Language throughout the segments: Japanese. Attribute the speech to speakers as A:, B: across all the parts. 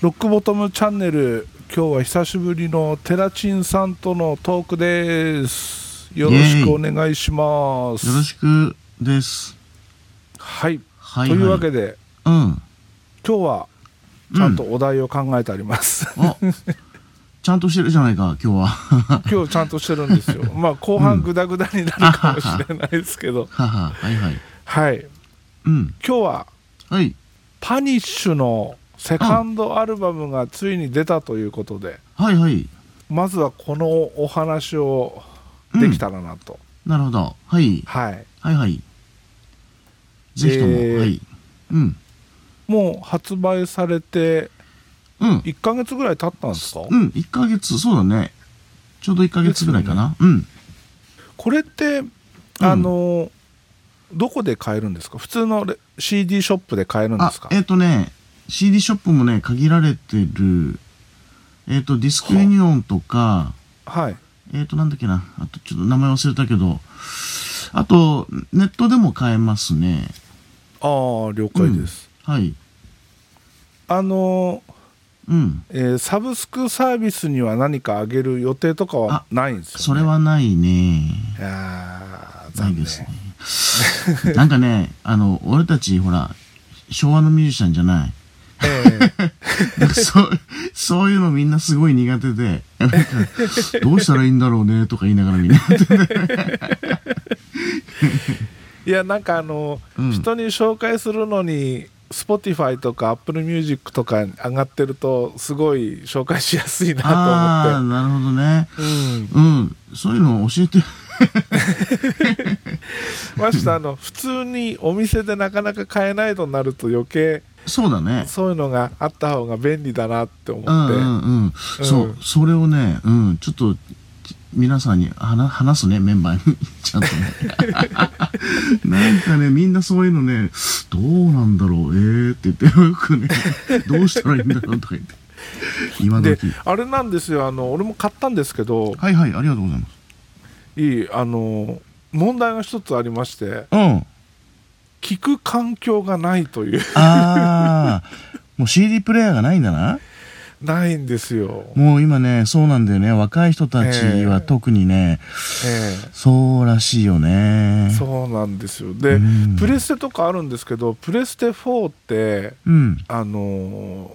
A: ロックボトムチャンネル今日は久しぶりのテラチンさんとのトークですよろしくお願いします
B: よろしくです。
A: はい、
B: はい、
A: というわ
B: で。
A: けで
B: うん。
A: 今日はちゃんとお題を考えてあります、
B: お ちゃんとしてるじゃないか、今日は。 は
A: 今日ちゃんとしてるんですよまあ後半グダグダになるかもしれないですけど
B: は、はいはい。
A: はい
B: うん。
A: 今日は
B: はい。
A: パニッシュのセカンドアルバムがついに出たということで、
B: はいはい。
A: まずはこのお話をできたらなと、
B: なるほど。はい。
A: はい
B: はいはい。ぜひとも、
A: えー
B: はい。うん。
A: もう発売されて
B: うん。
A: 1ヶ月ぐらい経ったんですか、
B: うん。1ヶ月、そうだね。ちょうど1ヶ月ぐらいかな。うん。
A: これってあの、どこで買えるんですか普通のレ CD ショップで買えるんで
B: あ
A: すか、
B: えっ、とね、CD ショップもね、限られてる。えっ、と、ディスクユニオンとか、
A: はい
B: えっ、と、なんだっけな。あと、ちょっと名前忘れたけど、あと、ネットでも買えますね。
A: ああ了解です、
B: はい。
A: あの、
B: うん。
A: えーサブスクサービスには何かあげる予定とかはないんですよ、ね、
B: それはないね。
A: いやー
B: ない
A: 残念
B: ですね。なんかね、あの、俺たち、ほら、昭和のミュージシャンじゃない。
A: ええ
B: なんか そう、そういうのみんなすごい苦手で、なんかどうしたらいいんだろうね、とか言いながらみんなやってて。
A: いやなんかあの、
B: うん
A: 人に紹介するのに Spotify とか Apple Music とかに上がってるとすごい紹介しやすいなと
B: あ
A: 思
B: あ
A: っ
B: ー、なるほどね。
A: て、うん、
B: うん。そういうの教えて。
A: ましてあの普通にお店でなかなか買えないとなると余計
B: そうだね。
A: そういうのがあった方が便利だなって思って、
B: うんうんうん。そうう、それをね、うん、ちょっと、皆さんに話話すね、メンバーに。 ちゃんとね。 なんかね、みんなそういうのね、どうなんだろう、えーって言って、よくね、 どうしたらいいんだろうとか言って。今
A: で
B: 時。
A: あれなんですよあの俺も買ったんですけど
B: はいはい、ありがとうございます。
A: いいあの問題が一つありまして
B: うん。
A: 聞く環境がないという
B: あー、もう CD プレイヤーがないんだな。
A: ないんですよ、
B: もう今ね、そうなんだよね、若い人たちは特にね、
A: ええ
B: そうらしいよね。
A: そうなんですよで、
B: うん
A: プレステとかあるんですけどプレステ4って
B: うん。
A: あのー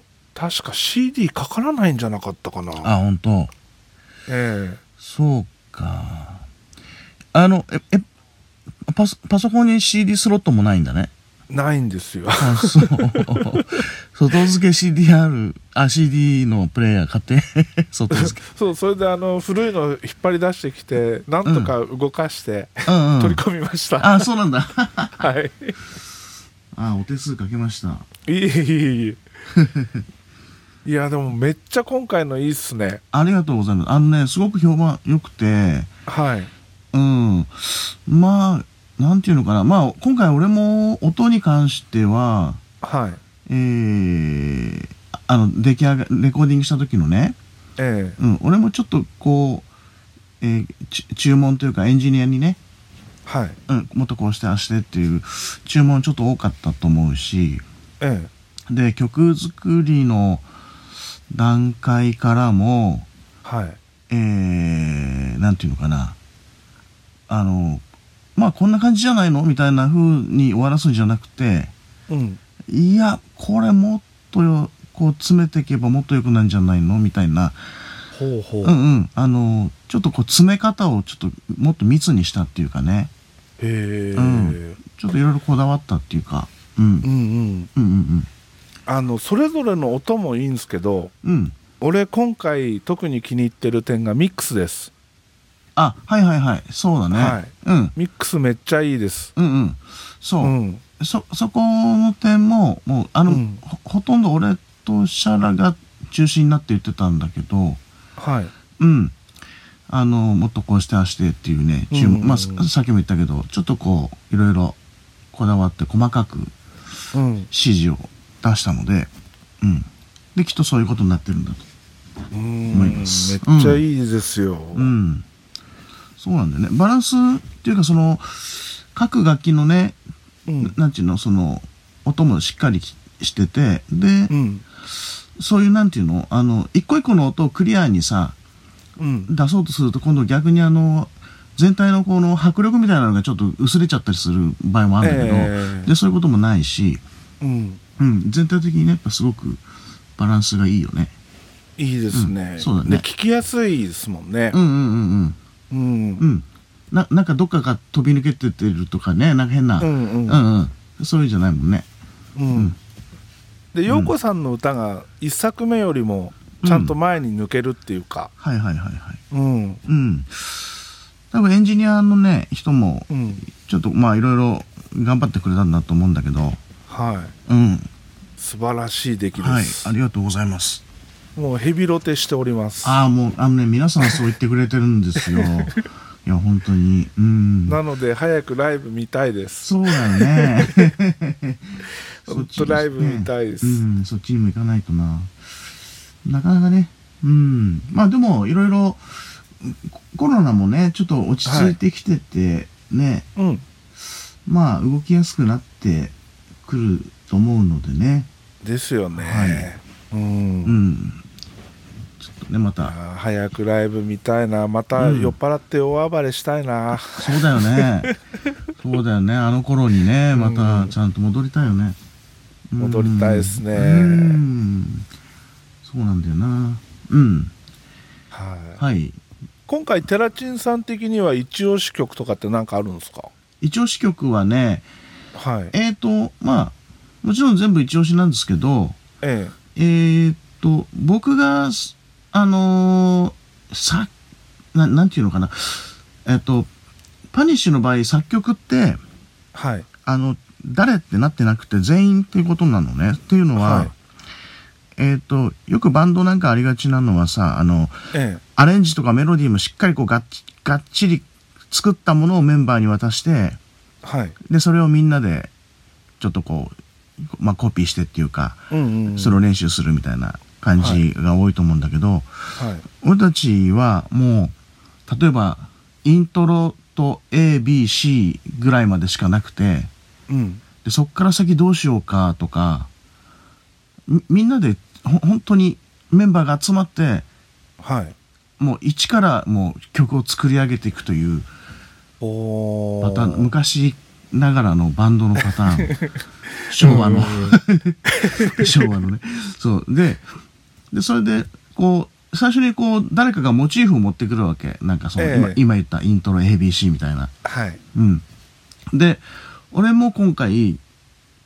A: 確か CD かからないんじゃなかったかな
B: あ、本当。
A: ええ
B: そうか。あの、え、え、パソパソコンに CD スロットもないんだね。
A: ないんですよ
B: あ、そう。 外付け CDR、あ、CD のプレイヤー買って、 外付け。
A: そうそれであの古いの引っ張り出してきてなんとか動かして、
B: うんう
A: 取
B: ん
A: り。込みました、
B: あ、そうなんだ。
A: はい
B: あ、お手数かけました。
A: いいいいいいいやでもめっちゃ今回のいいっすね
B: ありがとうございます。あのね、すごく評判良くて、
A: はい
B: うん。まあ、なんていうのかな。まあ、今回俺も音に関しては、
A: はい
B: えー、あの、出来上が、レコーディングした時のね、
A: ええ
B: うん、俺もちょっとこう、えーち注文というかエンジニアにね、
A: はい
B: うん、もっとこうしてああしてっていう注文ちょっと多かったと思うし
A: ええ
B: で曲作りの段階からも
A: はい
B: えー、なんていうのかなあのまあこんな感じじゃないのみたいな風に終わらすんじゃなくて
A: うん
B: いやこれもっとよこう詰めていけばもっと良くなるんじゃないのみたいな
A: ほうほう、
B: う
A: へ
B: んうん。あの、ちょっとこう、詰め方をちょっともっと密にしたっていうかね。
A: え
B: んちょっといろいろこだわったっていうか。うん。うん
A: うんうん
B: うんうん。
A: あのそれぞれの音もいいんですけど
B: うん。
A: 俺今回特に気に入ってる点がミックスです
B: あ、はいはいはい。そうだね。
A: はい
B: うん。
A: ミックスめっちゃいいです
B: うんうん。そうう。
A: ん
B: そ、そこの点も、もう、あの、
A: うん
B: ほほとんど俺とシャラが中心になって言ってたんだけど、
A: はい
B: うん。あの、もっとこうしてああしてっていうね、注
A: うんうん
B: 文
A: うん
B: まあ、ささっきも言ったけど、ちょっとこう、いろいろこだわって細かく
A: うん
B: 指示を出したので、うん。で、きっとそういうことになってるんだと。
A: うん
B: 思
A: め
B: い
A: っ
B: ます
A: ちゃいいですよ、
B: うん。そうなんだよね。バランスっていうか、その、各楽器のね、
A: うん
B: なんちゅうの、その、音もしっかりきしてて、で、
A: うん
B: そういうなんていうのあの一個一個の音をクリアにさ
A: うん
B: 出そうとすると今度逆にあの全体のこの迫力みたいなのがちょっと薄れちゃったりする場合もあるんだけど、
A: ええ
B: でそういうこともないし、
A: うん
B: うん、全体的にねやっぱすごくバランスがいいよね。
A: いいですね,、
B: うんそうだね
A: で聞きやすいですもんね
B: うんうんうんうん
A: うん
B: うん、ななんかどっかが飛び抜けててるとかねなんか変な、
A: うんうん
B: うんうんそういうんじゃないもんね
A: うんで陽子さんの歌が一作目よりもちゃんと前に抜けるっていうか
B: はいはいはいはい
A: うん
B: うん多分エンジニアのね人も
A: うん
B: ちょっとまあいろいろ頑張ってくれたんだと思うんだけど
A: は
B: うん
A: い素晴らしい出来で
B: はい
A: す、
B: ありがとうございます
A: もうヘビロテしております
B: ああもうあのね皆さんそう言ってくれてるんです よいや本当にうん
A: なので早くライブ見たいです
B: そうだ よね
A: ほんとライブ見たいです
B: うん、そっちにも行かないとな。なかなかね。うん。まあでも、いろいろ、ココロナもね、ちょっと落ち着いてきてて、ね、
A: うん
B: まあ動きやすくなってくると思うのでね。
A: ですよね、う
B: は
A: ん
B: うん。ちょっとね、また。
A: あー早くライブ見たいなまた酔っ払って大暴れしたいな、
B: そうだ よね。そうだよね。あの頃にね、またちゃんと戻りたいよね。うん
A: 戻りたいですね
B: うん。そうなんだよな。うん。
A: はい
B: はい。
A: 今回テラチンさん的には一押し曲とかって何かあるんですか
B: 一押し曲はね、
A: はい
B: えー、と、まあ、もちろん全部一押しなんですけど、
A: え
B: えー、と、僕が、すあのーさ、ななんていうのかな、えっ、と、パニッシュの場合、作曲って、
A: えはい
B: あの、誰ってなってなくて全員っていうことなのね。っていうのは、
A: はい
B: えっ、と、よくバンドなんかありがちなのはさ、あの、
A: え
B: アレンジとかメロディーもしっかりこうがっちがっちり作ったものをメンバーに渡して、
A: えはい
B: でそれをみんなでちょっとこう、まあ、コピーしてっていうか、
A: うんうん
B: それを練習するみたいな感じが多いと思うんだけど、
A: はい
B: 俺たちはもう例えばイントロと ABC ぐらいまでしかなくて
A: うん
B: でそっから先どうしようかとかみみんなでほ本当にメンバーが集まって
A: はい
B: もう一からもう曲を作り上げていくという
A: お
B: パターン
A: ー
B: 昔ながらのバンドのパタ ーン昭和の 昭和のねそうででそれでこう最初にこう誰かがモチーフを持ってくるわけなんかその、
A: ええ
B: 今今言ったイントロ ABC みたいな
A: はい
B: うんで俺も今回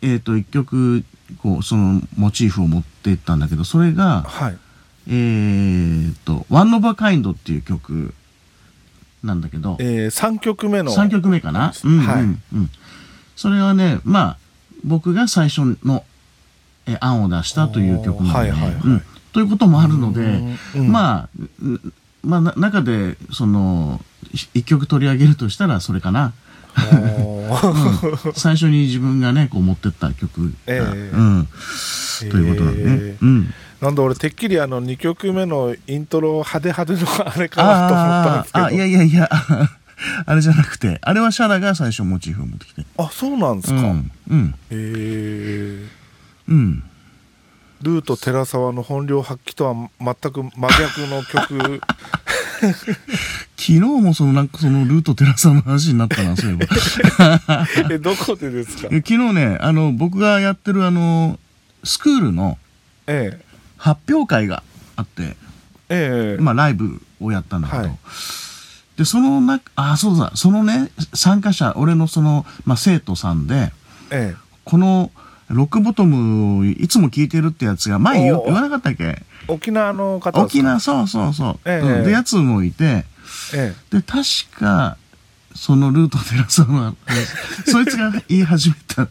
B: えっ、と一曲こうそのモチーフを持っていったんだけどそれが
A: はい
B: えっ、と「One of a Kind」っていう曲なんだけど
A: えー、3曲目の
B: 3曲目かな、うんうん
A: はい
B: うん、それはねまあ僕が最初のえー案を出したという曲な
A: お
B: んで、
A: ーはいはいはい
B: うん、ということもあるので、
A: うん
B: まあ、うんまあな中でその1曲取り上げるとしたらそれかな、
A: おー
B: うん最初に自分がねこう持ってった曲が、
A: ええ
B: うん、ということなんでね、
A: えー
B: うん、
A: なんで俺てっきりあの2曲目のイントロ派手派手のあれかなと思ったんです
B: あーあい
A: けど
B: やいやいや あれじゃなくてあれはシャラが最初モチーフを持ってきて
A: あそうなんですか、
B: うんうん
A: えー
B: うん
A: ルート寺沢の本領発揮とは全く真逆の 曲
B: 昨日もそのなんかそのルート寺さんの話になったな、そういえ ば。
A: えどこでですか
B: 昨日ね、あの、僕がやってるあの、スクールの
A: え
B: 発表会があって、
A: えええ
B: まあライブをやったんだけど、
A: はい
B: で、そのな、あ、そうだ、そのね、参加者、俺のその、まあ生徒さんで、
A: え
B: この、ロックボトムをいつも聞いてるってやつが、前言
A: お
B: わ
A: う
B: 言わなかったっけ
A: え沖縄の方です
B: 沖
A: か
B: 縄、そうそうそう。
A: ええ
B: うんで、やつもいて、
A: え
B: で確かそのルート寺さんはそいつが言い始めた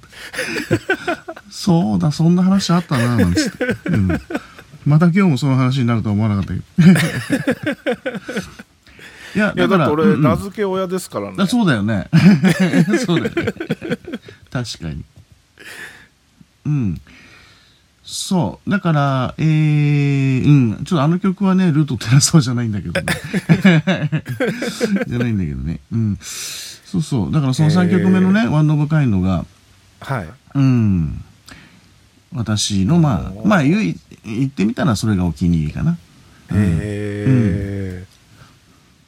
B: そうだそんな話あったななんつって、うんまた今日もその話になるとは思わなかったけど いや
A: えいや
B: だ
A: だ
B: か
A: っ
B: ら
A: て
B: うん
A: 俺
B: うん
A: 名付け親ですからね、
B: あそうだよね そうだよね確かにうんそうだからえー、うんちょっとあの曲はねルート照らそうじゃないんだ けどねじゃないんだけどねうんそうそうだからその3曲目のね「ワンオブカインドが
A: はい
B: うん私のま
A: お
B: あ
A: ー
B: まあ言い言ってみたらそれがお気に入りかな
A: へえ、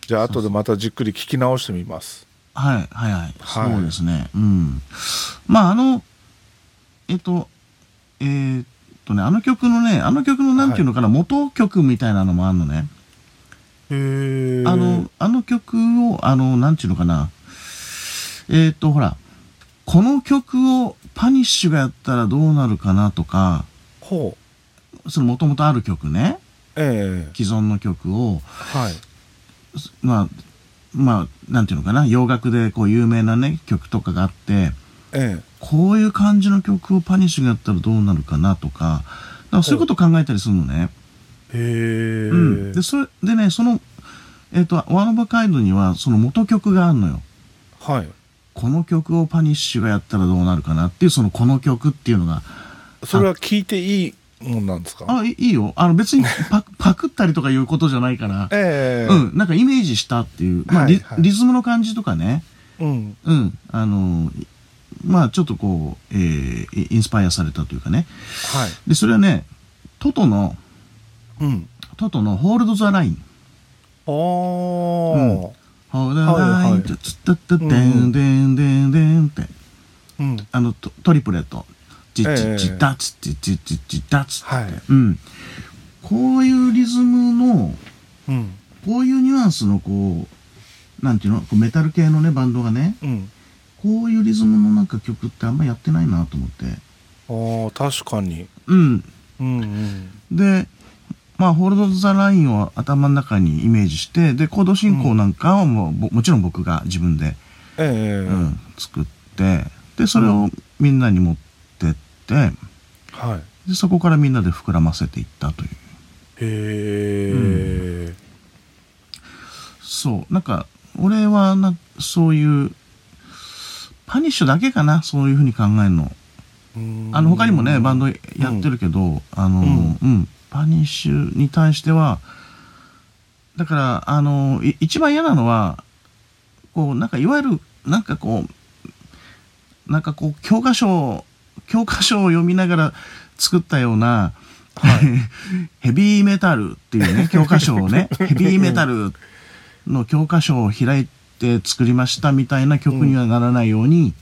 A: じゃあ後でまたじっくり聞き直してみます
B: はいはいはい、
A: はい
B: そうですねうんまああのえっとえーっとねあの曲のねあの曲のなんていうのかな、元曲みたいなのもあるのね
A: へえ
B: あの、あの曲を、あの、なんちゅうのかな。えーっと、ほら、この曲をパニッシュがやったらどうなるかなとか、
A: ほう
B: その元々ある曲ね、
A: ええ
B: 既存の曲を、
A: はい
B: まあ、まあ、なんていうのかな、洋楽でこう有名なね、曲とかがあって、
A: え
B: こういう感じの曲をパニッシュがやったらどうなるかなとか、だからそういうことを考えたりするのね。
A: えへえ、
B: うん。で、それ、でね、その、えーっ、と、ワンオブカイドにはその元曲があるのよ。
A: はい
B: この曲をパニッシュがやったらどうなるかなっていう、そのこの曲っていうのが、
A: それは聞いていいもんなんですか
B: あ、いいいよ。あの別に パパクったりとかいうことじゃないから、
A: ええ
B: うん、なんかイメージしたっていう、まあ
A: はい
B: リ
A: はい
B: リズムの感じとかね、
A: うん
B: うん、あの、いまあちょっとこう、えーインスパイアされたというかね。
A: はい
B: で、それはね、トトの、
A: うん
B: トトのホールドザライン。
A: ああはい
B: ホールドザライン、
A: はい
B: つったったって
A: うん
B: んでんでんでんって。
A: うん、
B: あのトトリプレット。チッチッチ
A: ええ
B: ッダッチッチッチッチッチッダッチッ
A: はい
B: うん。こういうリズムの、
A: うん
B: こういうニュアンスのこう、なんていうのこうメタル系のね、バンドがね、
A: うん
B: こういうリズムのなんか曲ってあんまやってないなと思って。
A: ああ確かに
B: うん。
A: うんうん
B: で、まあ、ホールド・ザ・ラインを頭の中にイメージして、で、コード進行なんかはもう、ぼもちろん僕が自分で、
A: ええ
B: うん、作って、で、それをみんなに持ってって、
A: はい
B: で、そこからみんなで膨らませていったという。
A: へえ、
B: そう。なんか、俺はな、そういう、パニッシュだけかな、そういうふうに考えるの。
A: うん
B: あの、他にもね、バンドやってるけど、あの、う
A: うんん、
B: パニッシュに対しては、だから、あの、い一番嫌なのは、こう、なんか、いわゆる、なんかこう、なんかこう、教科書を、教科書を読みながら作ったような、 ヘビーメタルっていうね、 教科書をね、ヘビーメタルの教科書を開いて作りましたみたいな曲にはならないように、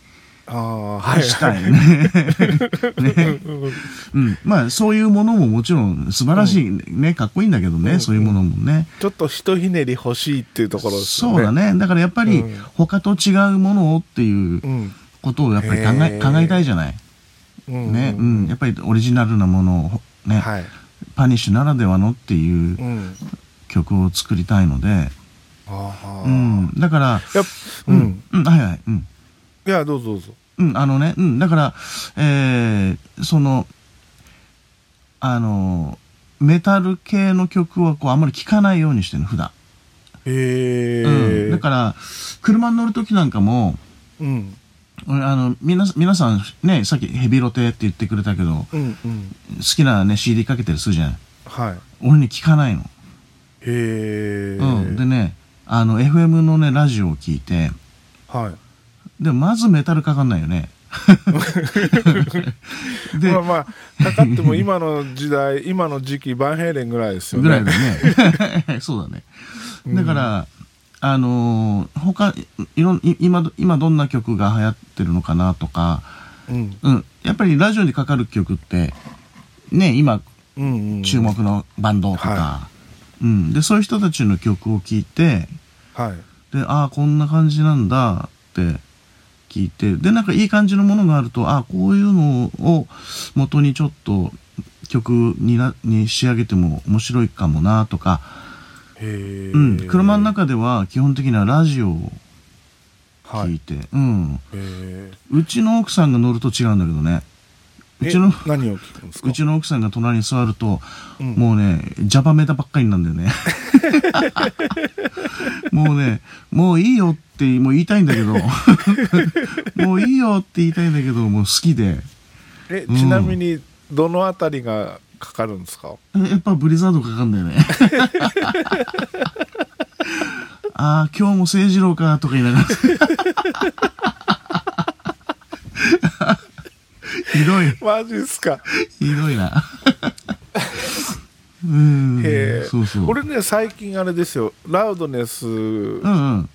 A: ああはい
B: したいね。ね
A: うんうん
B: うん、まあそういうものももちろん素晴らしいね、かっこいいんだけどね、
A: うん
B: そういうものもね。
A: ちょっとひとひねり欲しいっていうところですよね
B: そうだね。だからやっぱり
A: うん
B: 他と違うものをっていう
A: うん
B: ことをやっぱり考
A: へ
B: え
A: ー
B: 考えたいじゃない。
A: うん
B: ね、うん、やっぱりオリジナルなものをほね、
A: はい
B: パニッシュならではのっていう
A: うん
B: 曲を作りたいので、
A: ああ
B: うん、だから、
A: やっう
B: うんん、うん、はいはい、うん。
A: いやどうぞどうぞ
B: うん、あのね、うん、だから、えー、その、あの、メタル系の曲はこうあんまり聴かないようにしてるの、普段。
A: へえ、
B: うん、だから、車に乗るときなんかも、
A: うん
B: 俺あの、みな、皆さんね、さっきヘビロテって言ってくれたけど、
A: う
B: 好
A: んうん
B: きなね、CD かけてるするじゃん。
A: はい
B: 俺に聞かないの。
A: へえ、
B: うん。でね、あの、FM のね、ラジオを聞いて、
A: はい
B: で、まずメタルかかんない よね。で
A: まあ、まあかかっても今の時代 今の時期バンヘイレンぐらいですよね
B: ぐらいだよ ね。そうだね。だから、あのー他、いろん、い今ど、今どんな曲が流行ってるのかなとか、
A: うん
B: うん。やっぱりラジオにかかる曲って、ね、今、
A: うんうん
B: 注目のバンドとか、
A: は
B: うん。で、そういう人たちの曲を聴いて、
A: はい
B: で、ああ、こんな感じなんだって聞いて、で、なんかいい感じのものがあると、ああ、こういうのを元にちょっと曲にな、に仕上げても面白いかもなとか、
A: へえ、
B: うん。車の中では基本的にはラジオを
A: はい
B: 聞
A: へ
B: いて、うん。
A: え
B: うちの奥さんが乗ると違うんだけどね。う
A: え
B: ちの、
A: 何を聞くんですか
B: うちの奥さんが隣に座ると、
A: うん
B: もうね、ジャパメタばっかりなんだ よね。もうね、もういいよって、もう言いたいん だけど、もういいよって言いたいんだけど、もう好きで、
A: え
B: うん
A: ちなみにどのあたりがかかるんですか、
B: えやっぱブリザードかか んだよね。ああ、今日も誠二郎か、 とか言いながら。ひどい。
A: マジっすか。
B: ひど いな。うん
A: へえ。
B: そうそう。
A: 俺ね、最近あれですよ、ラウドネス
B: うんうん。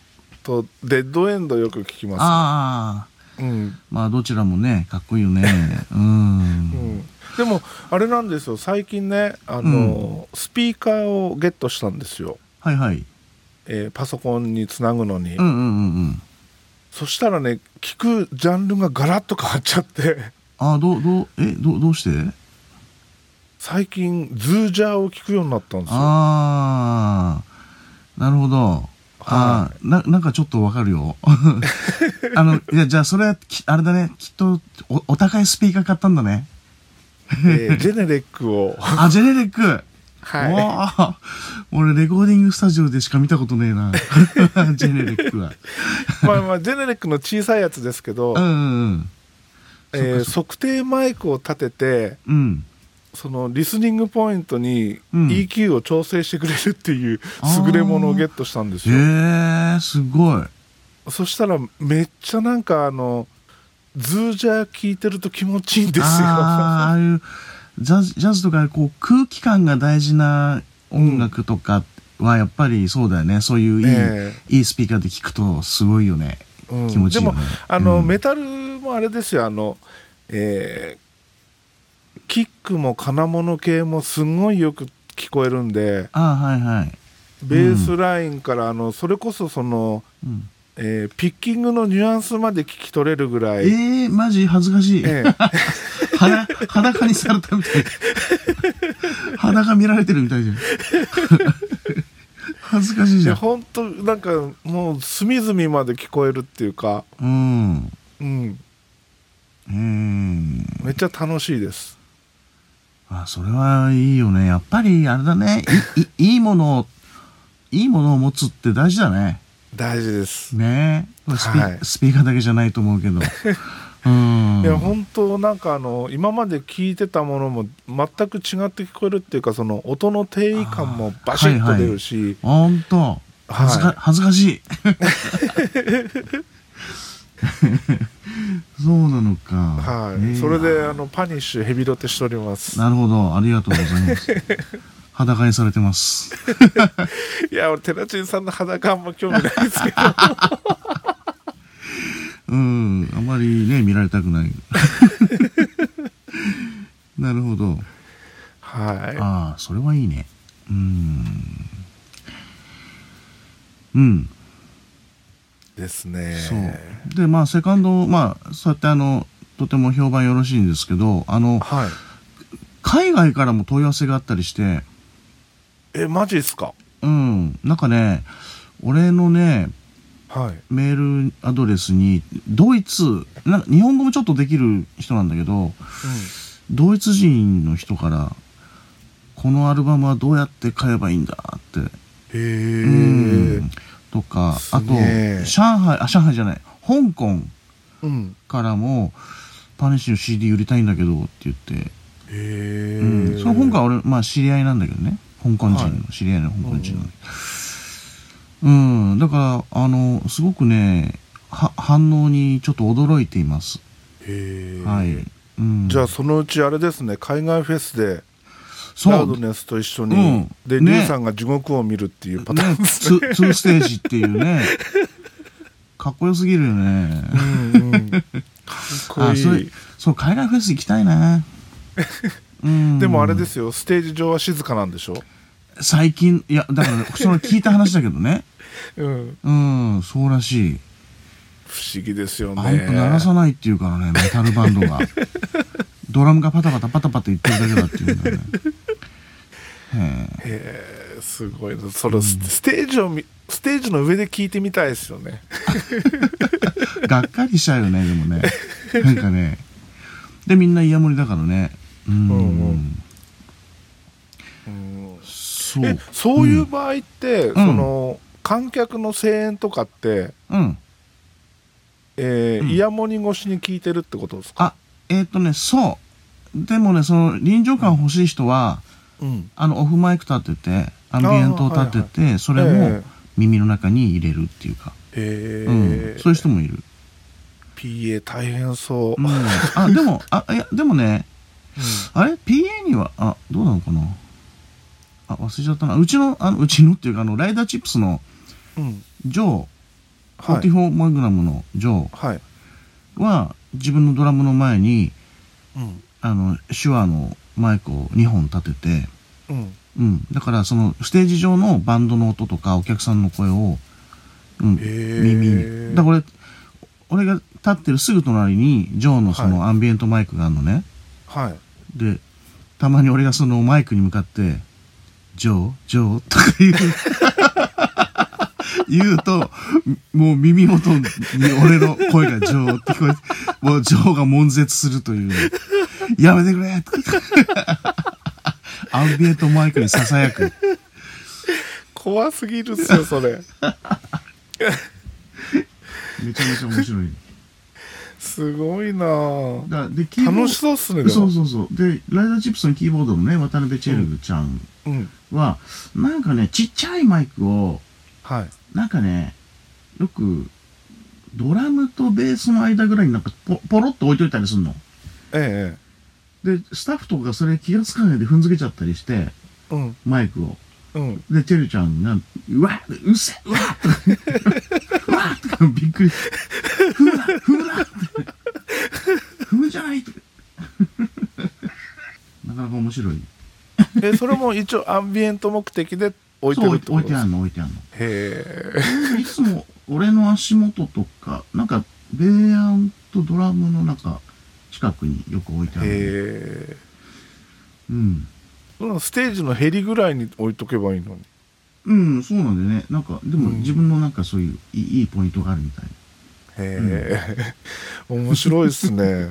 A: とデッドエンドよく聞きま
B: ああ。
A: す。うん。
B: まあ、どちらもね、かっこいい よね。うん
A: う。ん。でも、あれなんですよ、最近ね、あの、スピーカーをゲットしたんですよ。
B: はいはい。
A: えーパソコンにつなぐのに、
B: うんうんうんうん。
A: そしたらね聞くジャンルがガラッと変わっちゃって
B: ああ、どう、どう、え、どう、どうして
A: 最近ズージャーを聞くようになったんですよ
B: ああ、なるほど。ああ、な、なんかちょっとわか るよ。あの、いや、じゃあ、それはき、あれだね、きっと、お、お高いスピーカー買ったんだね。
A: えージェネレックを
B: あ、ジェネリック
A: はい
B: い。俺、レコーディングスタジオでしか見たことね えな。ジェネリックは。
A: まあまあジェネレックの小さいやつですけど
B: う、んうん
A: えー測定マイクを立てて
B: うん。うん。
A: そのリスニングポイントに
B: うん
A: EQ を調整してくれるっていう
B: あー
A: 優れものをゲットしたんですよ、
B: へえ、すごい。
A: そしたらめっちゃなんかあのズージャー聞いてると気持ちいいんですよ
B: あーああいうジャズジャズとかこう空気感が大事な音楽とかはやっぱりそうだよねそういういい,、
A: え
B: いいスピーカーで聞くとすごいよね
A: うん
B: 気持ちいいよね
A: でもあの、
B: うん
A: メタルもあれですよあの、えーキックも金物系もすごいよく聞こえるんで
B: ああはいはい、
A: ベースラインからあのそれこそその、
B: うん
A: えーピッキングのニュアンスまで聞き取れるぐらい、
B: えー、マジ恥ずかしい、
A: ええ
B: 裸裸にされたみたい裸見られてるみた いじゃん恥ずかしい
A: い
B: じゃ
A: や
B: ん
A: 本当なんかもう隅々まで聞こえるっていうか、
B: うん
A: うん、
B: うん
A: めっちゃ楽しいです。
B: あそれはいいよねやっぱりあれだねいい いいものをいいものを持つって大事だね
A: 大事です。
B: ねえスピ,、
A: はい
B: スピーカーだけじゃないと思うけ どうん
A: いや本当なんかあの今まで聞いてたものも全く違って聞こえるっていうかその音の定位感もバシッと出るし、
B: ほんと恥ずか,、
A: はい
B: 恥ず かしいそうなのか
A: はい
B: ねえ
A: それであのパニッシュヘビロテしております
B: なるほどありがとうございます裸にされてます
A: いや俺寺地さんの裸あんま興味ないですけ ど
B: うん、あまりね、見られたく ない。なるほど。
A: は
B: ああ、それはいいね。うん。うん、
A: いですね
B: そう。で、まあ、セカンド、まあ、そうやって、あの、とても評判よろしいんですけど、あの、
A: はい
B: 海外からも問い合わせがあったりして、
A: えマジっすか
B: うん、なんかね、俺のね、
A: はい
B: メールアドレスに、ドイツ、なんか日本語もちょっとできる人なんだけど、ドイツ人の人から、このアルバムはどうやって買えばいいんだっ
A: へ
B: て。
A: え
B: うんとか、
A: す
B: あと、
A: げえ
B: 上海、あ、上海じゃない、香港
A: うん
B: からも、パネシの CD 売りたいんだけどって言って、
A: へえ、
B: うん、その香港は俺、まあ知り合いなんだけどね。香港人の、
A: はい
B: 知り合いの香港人の。うん、だから、あの、すごくね、は反応にちょっと驚いています。
A: へえ、
B: はい。うん、
A: じゃあそのうちあれですね海外フェスで
B: そう
A: ラウドネスと一緒に、
B: うん
A: で、
B: ね
A: リュウさんが地獄を見るっていうパターンで
B: ね、
A: すね。
B: ツーツーステージっていう ねかっこよすぎるよね
A: うん うんかっこ
B: あ
A: い
B: それ
A: い。
B: そう海外フェス行きた いなうん
A: でもあれですよ、ステージ上は静かなんでしょ。
B: 最近いやだからそれ聞いた話だけ どね
A: うん、
B: うんそうらしい
A: 不思議ですよ
B: アン
A: ね
B: プ。鳴らさないっていうからねメタルバンド がドラムがパタパタパタパタ言ってるだけだっていうんだよねへえ
A: えーすごいな。そのスステージをみステージの上で聞いてみたいですよね。
B: がっかりしちゃうよねでもねなんかねでみんなイヤモニだからね
A: うんう
B: うんん
A: うん
B: そう。
A: え、そういう場合って、
B: ん
A: その観客の声援とかって、
B: うん。
A: えー
B: うん
A: イヤモニ越しに聞いてるってことですか。
B: あ、えっ、とね、そう。でもね、その臨場感欲しい人は、
A: うん。
B: あの、オフマイク立てて、アンビエントを立てて、それ
A: ええ
B: を耳の中に入れるっていうか、
A: えー
B: うん。そういう人もいる。
A: PA 大変そう、
B: うん、あ、でも、あ、いや、でもね、あれ ?PA には、あ、どうなのかなあ、忘れちゃったな。うちの、あの、うちのっていうか、あの、ライダーチップスの、
A: うんうん
B: ジョー、
A: はい
B: 44マグナムのジョ
A: はい、
B: ーは、自分のドラムの前に、
A: うん
B: あの、手話のマイクを2本立てて、
A: うん、
B: うん。だから、その、ステージ上のバンドの音とか、お客さんの声を、うん、
A: へー
B: 耳に。だから俺、俺が立ってるすぐ隣に、ジョーのその、
A: は
B: アンビエントマイクがあるのね。
A: はい
B: で、たまに俺がそのマイクに向かって、ジョー、ジョーとか言 う。言うと、もう耳元に俺の声がジョーって聞こえて、もうジョーが悶絶するという。やめてくれって アンビエントマイクに囁く。
A: 怖すぎるっ すよそれ
B: めちゃめちゃ面白い。
A: すごいなぁ
B: だで、キーボード
A: 楽しそうっすねでも
B: そうそうそう。で、ライダーチップスのキーボードのね、渡辺チェルグちゃん
A: うん
B: は、なんかね、ちっちゃいマイクを、
A: はい
B: なんかね、よく、ドラムとベースの間ぐらいになんかポポロッと置いといたりするの。
A: え
B: で、スタッフとかがそれ気がつかないで踏んづけちゃったりして、
A: えうん
B: マイクを。
A: うん
B: で、チェルちゃんが、うわうっせうわとかうわとかびっくり。踏むな踏むな踏むじゃないとかなかなか面白い。
A: えそれも一 応アンビエント目的で置いて
B: そう
A: るってこ
B: 置
A: とで
B: いて
A: す
B: あ
A: へ
B: んの置いてあんの。
A: え
B: いつも俺の足元とか、なんか、ベーアンとドラムの中、近くによく置 いてある。
A: へえ
B: うん。
A: そのステージのヘリぐらいに置いとけばいいのに
B: うん、そうなんでね。なんか、でも
A: うん
B: 自分のなんかそういういいいいポイントがあるみたい。
A: へえ、 面白いっすね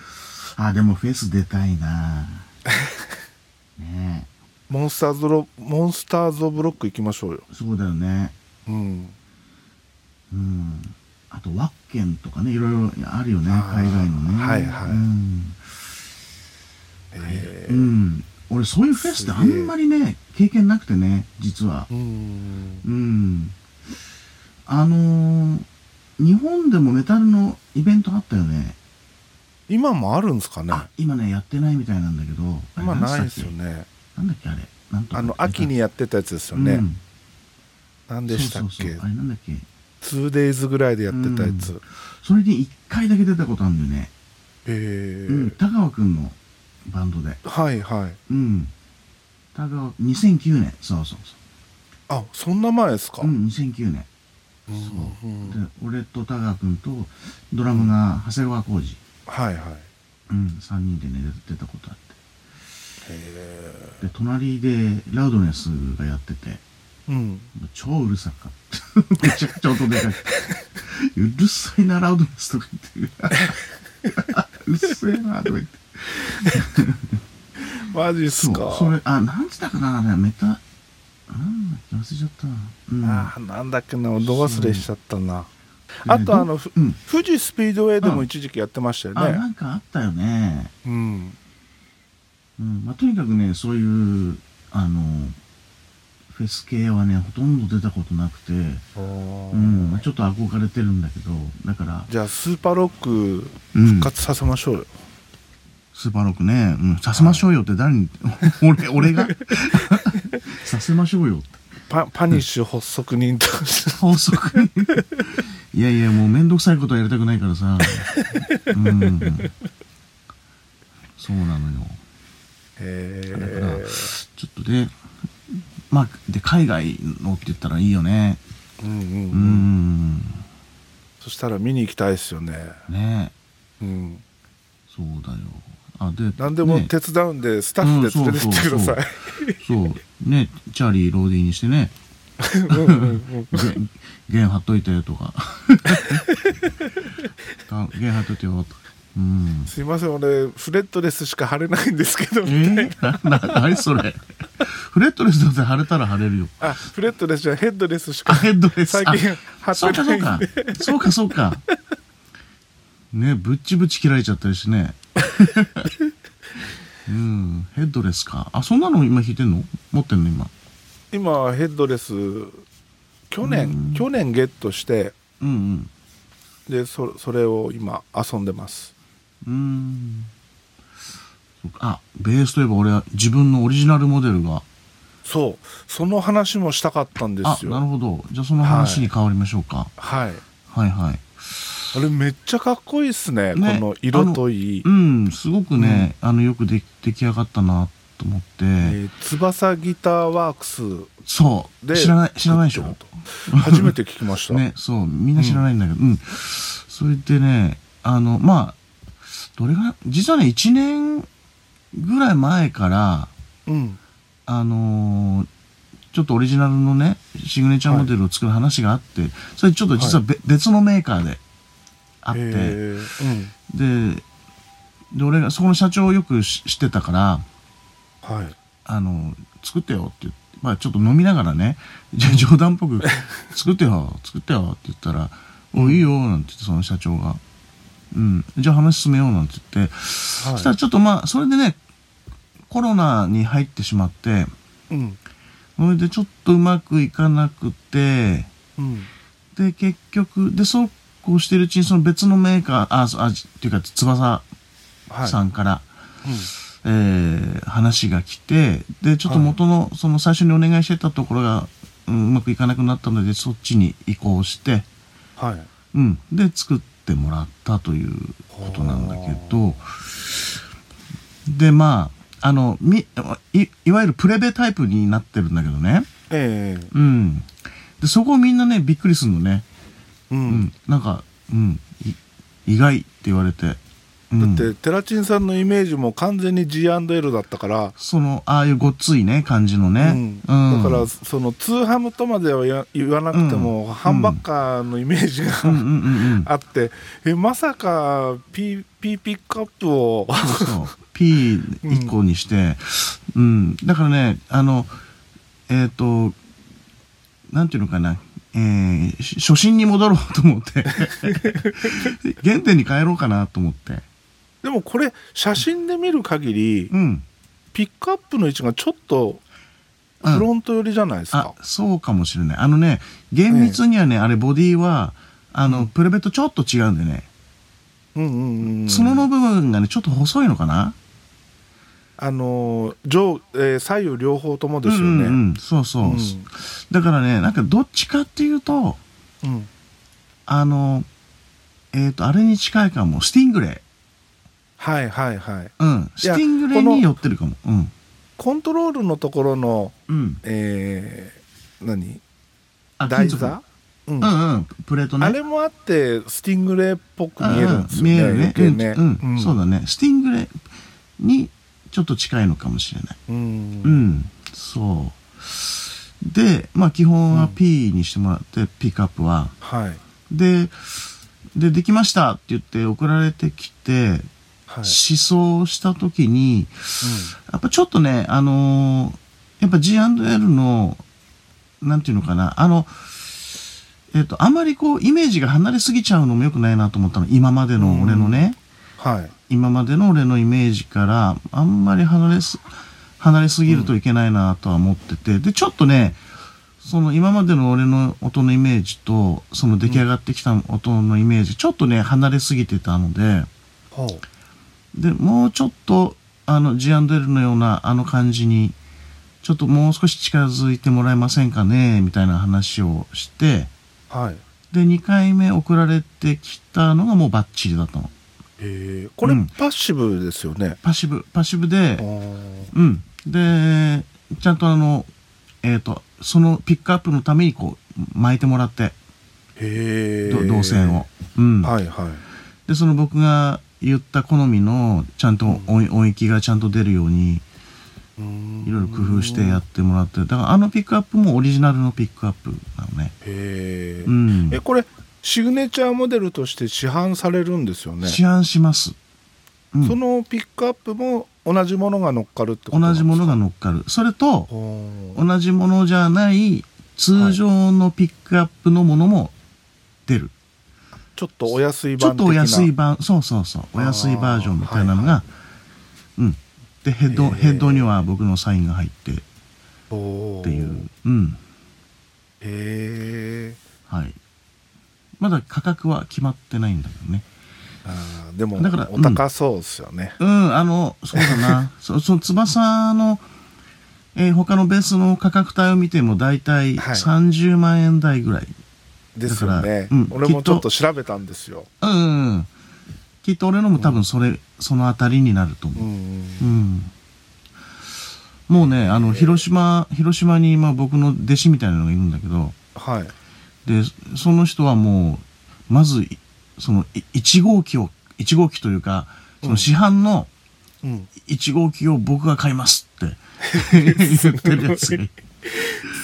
B: あ、でもフェス出たいなね
A: モンスターズロモンスターズ・オブ・ロック行きましょうよ
B: え、そうだよね。
A: うん
B: うん。あと、ワッケンとかね、いろいろあるよね。
A: あー
B: 海外のね。
A: はいはい
B: うん。
A: へ
B: う
A: え
B: ん。俺、そういうフェスってあんまりね、経験なくてね、実は。
A: うん
B: うん。あのー日本でもメタルのイベントあったよね。
A: 今もあるんですかね
B: あ、今ね、やってないみたいなんだけど。あれ
A: 今
B: 何
A: ない
B: で
A: ですす
B: よ
A: よね
B: なんだっけ、あれ。なんとか
A: あの秋にやってたやつですよ
B: うん
A: ね、何で
B: そう
A: した
B: そ
A: っ
B: うそう
A: け
B: あれなんだっけ。
A: 2days ぐらいでやってたやつ、
B: うそれに一回だけ出たことあるんだよね。
A: へえ
B: うん。田川くんのバンドで。
A: はいはい
B: うん。田川、2009年。そうそうそ
A: あそんな前ですか、
B: う。うん、2009年。
A: うん
B: そう
A: うん
B: で、俺と田川くんと、ドラムが長谷川浩二。
A: はいはい
B: うん、3人でね、出たことあって。
A: へえ
B: で隣でラウドネスがやってて
A: うん
B: もう超うるさかっ ためちゃくちゃ音でかいうるさいなラウドネスとか言って うっせえなとか言って
A: マジっす
B: そ
A: か
B: うそれあなんつったかなあれメタなんだっけ忘れちゃったなうん
A: あーなんだっけなど忘れしちゃったな
B: う
A: あとあの、ふ
B: うん
A: 富士スピードウェイでも一時期やってました
B: あ
A: よ
B: な
A: ね
B: んかあったよね、
A: うん
B: うんまあ、とにかくねそういうあのフェス系はねほとんど出たことなくて、うんまあ、ちょっと憧れてるんだけどだから
A: じゃあスーパーロック
B: うん
A: 復活させましょうよ、
B: スーパーロックね、うん、させましょうよって誰に、 俺、俺が、させましょうよって。
A: パパニッシュ発足人として
B: 法則に。いやいや、もうめんどくさいことはやりたくないからさ。うん。そうなのよ。
A: へ
B: だから
A: え、
B: ちょっとで、まあ、で、海外のって言ったらいいよね。
A: うんうん
B: う
A: うん
B: ん。
A: そしたら見に行きたいですよね
B: ね
A: うん
B: そうだよ。あ、で、
A: 何でも
B: ね
A: 手伝うんで、スタッフで連れてってください、
B: そう。ね、チャーリー・ローディーにしてね。ゲン貼っといて とか。ゲン貼っといてよとか。うん。
A: すいません俺フレットレスしか貼れないんですけど
B: えー、 な、な、何それ。フレットレスだって貼れたら貼れるよ。
A: あフレットレスじゃないヘッドレスしか
B: あ、ヘッドレス。
A: 最近
B: あ
A: 貼ってないんで
B: そうかそうか。そうかそうか。ね、ぶっちぶち切られちゃったりし てね。うん、ヘッドレスか。あ、そんなの今弾いてんの持ってんの今。
A: 今ヘッドレス去年去年ゲットして
B: うんうん。
A: でそそれを今遊んでます
B: うーん。そっかあ、ベースといえば俺は自分のオリジナルモデルが。
A: そうその話もしたかったんで
B: あ、
A: す
B: なる
A: よ
B: ほど。じゃあその話に変わりましょうか。
A: はい
B: はい、はい。
A: あれめっちゃかっこいいっすね
B: ね
A: この色といい、
B: うん、すごくね、あの、よくで出来上がったなと思って。
A: えー翼ギターワークス
B: そう。
A: で
B: 知らない、知らないでしょ
A: 作ってると初めて聞きました、
B: ね、そう、みんな知らないんだけど、うん。それでね、あの、まあ、どれが、実はね、1年ぐらい前から、
A: うん
B: あのーちょっとオリジナルのね、シグネチャーモデルを作る話があって、それちょっと実はべ、別のメーカーであっ
A: え
B: て、
A: ーうん
B: で、で、俺が、そこの社長をよくし知ってたから、
A: はい
B: あの、作ってよって言って、まあちょっと飲みながらね、じゃ冗談っぽく、作ってよ、作ってよって言ったら、おいいよ、なんて言って、その社長が。うん。じゃあ話進めよう、なんて言って。そした
A: は
B: ら
A: い
B: ちょっとまあ、それでね、コロナに入ってしまって、
A: うん
B: それでちょっとうまくいかなくて、
A: うん
B: で、結局、で、そうこうしてるうちに、その別のメーカー、あ、そうあ、じっていうか、翼
A: はい
B: さんから、
A: うん
B: えー話が来て、で、ちょっ
A: はい
B: と元の、その最初にお願いしてたところが、うんうまくいかなくなったので、そっちに移行して、
A: はい
B: うん。で、作ってもらったということなんだけど、で、まあ、あの、み、い、いわゆるプレベタイプになってるんだけどね。
A: ええ
B: うん。で、そこをみんなね、びっくりするのね。
A: う
B: うんん。なんか、うん。い意外って言われて。うん、
A: だってテラチンさんのイメージも完全に G&L だったから、
B: その、ああいうごっついね、感じの
A: う
B: ね
A: ん。だからそのツーハムとまではや言わなくても、
B: うん
A: ハンバッカーのイメージが、
B: うんうんうんうん。
A: あってえまさか P, P ピックアップを
B: そうそう。P1 個にして、うん。だからね、あの、えっ、と、なんていうのかな。えー、し初心に戻ろうと 思って。原点に帰ろうかなと思って。
A: でもこれ写真で見る限り
B: うん。
A: ピックアップの位置がちょっと
B: うん
A: フロント寄りじゃないです
B: あ
A: か、、
B: そうかもしれない。あのね、厳密にはね、あれボディは、あの、プレベとちょっと違うんでね。
A: うんうんうん
B: 角の部分がね、ちょっと細いのかな
A: あのー上、えー左右両方ともですよね、
B: うんうんうん、そうそう、
A: うん
B: だからね、なんかどっちかっていうと、
A: うん
B: あの、えっ、と、あれに近いかも、スティングレ
A: はいはいはい
B: イ。うん。
A: いや
B: スティングレイ
A: この
B: に寄ってるかも。うん。
A: コントロールのところの
B: うん。
A: えー、何
B: あ
A: 台
B: 金属
A: 座、うん
B: うんうん。プレートね。
A: あれもあってスティングレーっぽく見えるんですよね,、
B: うんうん見
A: 余
B: え
A: 計
B: るね。うん、うんそう
A: だ
B: だね。スティングレイにちょっと近いのかもしれない。
A: うん、
B: うん。そう。で、まあ基本は P にしてもらって、ピックアップは。
A: はい
B: で、で、できましたって言って送られてきて、
A: はい、
B: 試奏した時に、やっぱちょっとね、あのーやっぱ G&L の、なんていうのかな、あの、えっ、と、あまりこう、イメージが離れすぎちゃうのも良くないなと思ったの。今までの俺のね、
A: うんはい
B: 今までの俺のイメージから、あんまり離れす、離れすぎるといけないなとは思ってて、で、ちょっとね、その今までの俺の音のイメージと、その出来上がってきた音のイメージ、ちょっとね、離れすぎてたので、
A: ほう
B: でもうちょっとあの G&L のようなあの感じにちょっともう少し近づいてもらえませんかねみたいな話をして
A: はい
B: で2回目送られてきたのがもうバッチリだったの
A: えー、これ
B: うん
A: パッシブですよね、
B: パッシブパッシ
A: あ
B: ブで
A: ー
B: うんでちゃんとあのえっ、とそのピックアップのためにこう巻いてもらって
A: へ
B: ど
A: え
B: 動線を、うん
A: はいはい
B: でその僕が言った好みのちゃんと音,、音域がちゃんと出るようにい
A: い
B: ろいろ工夫してやってもらって、だからあのピックアップもオリジナルのピックアップなのね。
A: へー
B: うん。
A: えこれシグネチャーモデルとして市販されるんですよね、
B: 試案します。うん
A: そのピックアップも同じものが乗っかるってことなん
B: 同
A: です
B: じ
A: か
B: ものが乗っかる。それと、
A: ほう
B: 同じものじゃない通常のピックアップのものも出る。
A: ちょっとお安い
B: ちょっ
A: 版的
B: と
A: な
B: お安い版、そうそうそう、お安いバージョンみたいなのが、うん。で、ヘッド、
A: へー
B: ヘッドには僕のサインが入ってっ
A: って
B: いう。うん。
A: へえ
B: はい。まだ価格は決まってないんだけどね。
A: あーでも
B: だから
A: お高そうですよね、
B: うん、あの、そうだな。 そその翼の、えー他のベースの価格帯を見ても大体
A: はい
B: 30万円台ぐらい。
A: ですよね
B: だ、からうん
A: 俺もちょっ
B: きっ
A: と
B: と
A: 調べたんですよ、
B: うん、うん。きっと俺のも多分それ、そのあたりになると思う
A: う。ん、
B: うん。もうね、あの、広島、広島に今僕の弟子みたいなのがいるんだけど、
A: はい
B: で、その人はもう、まず、いその、い1号機を、1号機というか、その市販の
A: うん、
B: 1号機を僕が買いますって 言ってるやつが、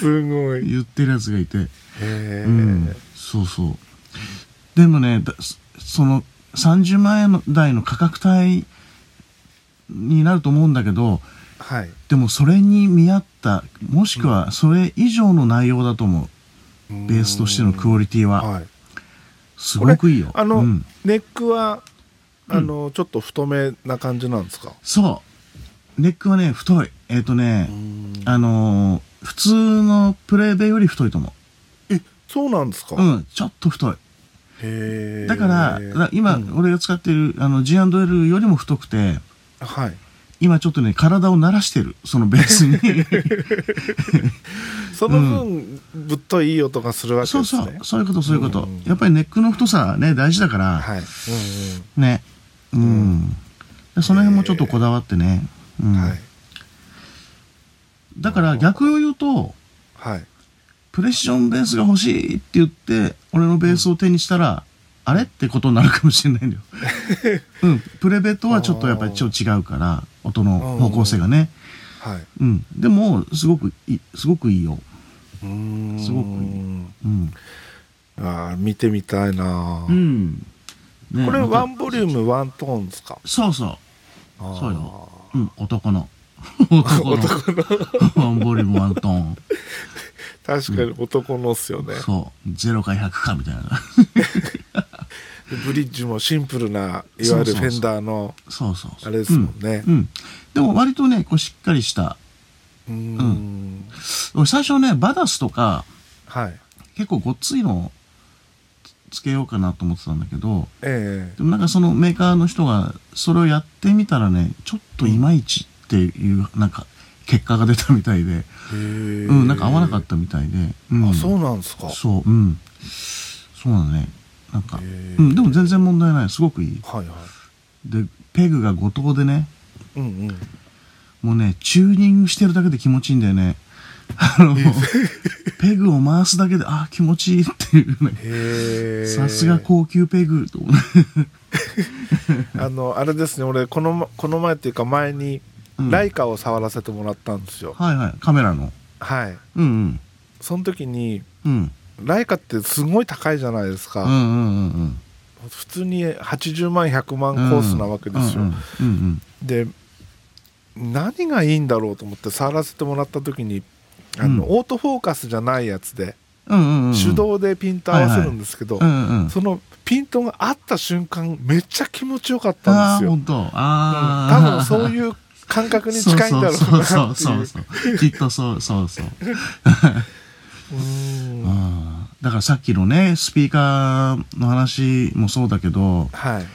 A: すごいへ
B: 言ってるやつがいて、
A: え、
B: うん。そうそう。でもね、だその、30万円台の価格帯になると思うんだけど、
A: はい
B: でもそれに見合ったもしくはそれ以上の内容だと思うベースとしてのクオリティは
A: はい
B: すごくいいよ
A: あの、
B: うん
A: ネックはあの、ちょっと太めな感じなんですか
B: そうネックはね太いえっ、とねあのー普通のプレーベより太いと思
A: えそうなんですか、
B: う
A: へ
B: うんちょっと太
A: え
B: いだからだ今
A: うん
B: 俺が使ってるあの G&L よりも太くて
A: はい
B: 今ちょっとね体を慣らしてるそのベー スに
A: その分、ぶっといい音がするわけ
B: そう
A: ですね
B: そうそういうことそういうこと、
A: うん
B: やっぱりネックの太さね大事だから、
A: はい、うん
B: ね。うん。でその辺もちょっとこだわってね。うん。
A: うん、はい
B: だから逆を言うと、
A: はい
B: プレッションベースが欲しいって言って、俺のベースを手にしたら、あれってことになるかもしれないんだ よ。うん。プレベとはちょっとやっぱりちょっと違うから、音の方向性がね。
A: はい
B: うん。でも、すごくいい、すごくいいよ。
A: うーん
B: すごくいうん。
A: あー見てみたいな、
B: うん。ね
A: これ
B: また
A: ワンボリュームワントーンですか
B: そうそう。
A: あー
B: そうよ。うん。男の。男の。ワ ンボリュームワントーン。
A: 確かに男のっすよね、
B: そう。0か100かみたいな。
A: ブリッジもシンプルないわゆるフェンダーの
B: そうそうそ
A: あ
B: う。
A: れですもんね
B: うん。うんでも割とね、こうしっかりした。
A: うーん
B: 俺最初ね、バダスとか、
A: はい
B: 結構ごっついのをつつけようかなと思ってたんだけど、
A: ええ
B: でもなんかそのメーカーの人が、それをやってみたらね、ちょっといまいちっていう、なんか、結果が出たみたいで、
A: う
B: うん、なんか合わなかったみたいで。うん、
A: あそうなんですか
B: そう、うん。そうだね。なんか、
A: へー
B: うん、でも全然問題ない。すごくいい。
A: はいは
B: で、ペグが五島でね、
A: いうんうん
B: もうね、チューニングしてるだけで気持ちいいんだよね。あの、ペグを回すだけで、あー気持ちいいっていうね。
A: へえ
B: さすが高級ペグと思う。
A: あのあれですね俺このまこの前っていうか前に
B: うん
A: ライカを触らせてもらったんですよ、
B: はいはい、カメラの。
A: はい
B: うん
A: その時に
B: うん。うん。
A: ライカってすごい高いじゃないです
B: うんう
A: か、
B: んうんうん。
A: 普通に80万100万コースなわけですよ、
B: うんうんうん
A: で何がいいんだろうと思って触らせてもらった時にあの、
B: うん
A: オートフォーカスじゃないやつで
B: うん。うんうんうん。
A: 手動でピント合わせるんですけど、
B: うんうんうん。
A: そのピントが合った瞬間めっちゃ気持ちよかった
B: あ
A: ん
B: あ、
A: です
B: ほ
A: よ、うん
B: と。
A: 多分
B: ああ。
A: そう
B: う。
A: いう感覚に近いんだろう
B: そう
A: な
B: そう
A: ってい
B: そううそう。きっとそうそうそう。
A: うーん
B: あーだからさっきのね、スピーカーの話もそうだけど、
A: はい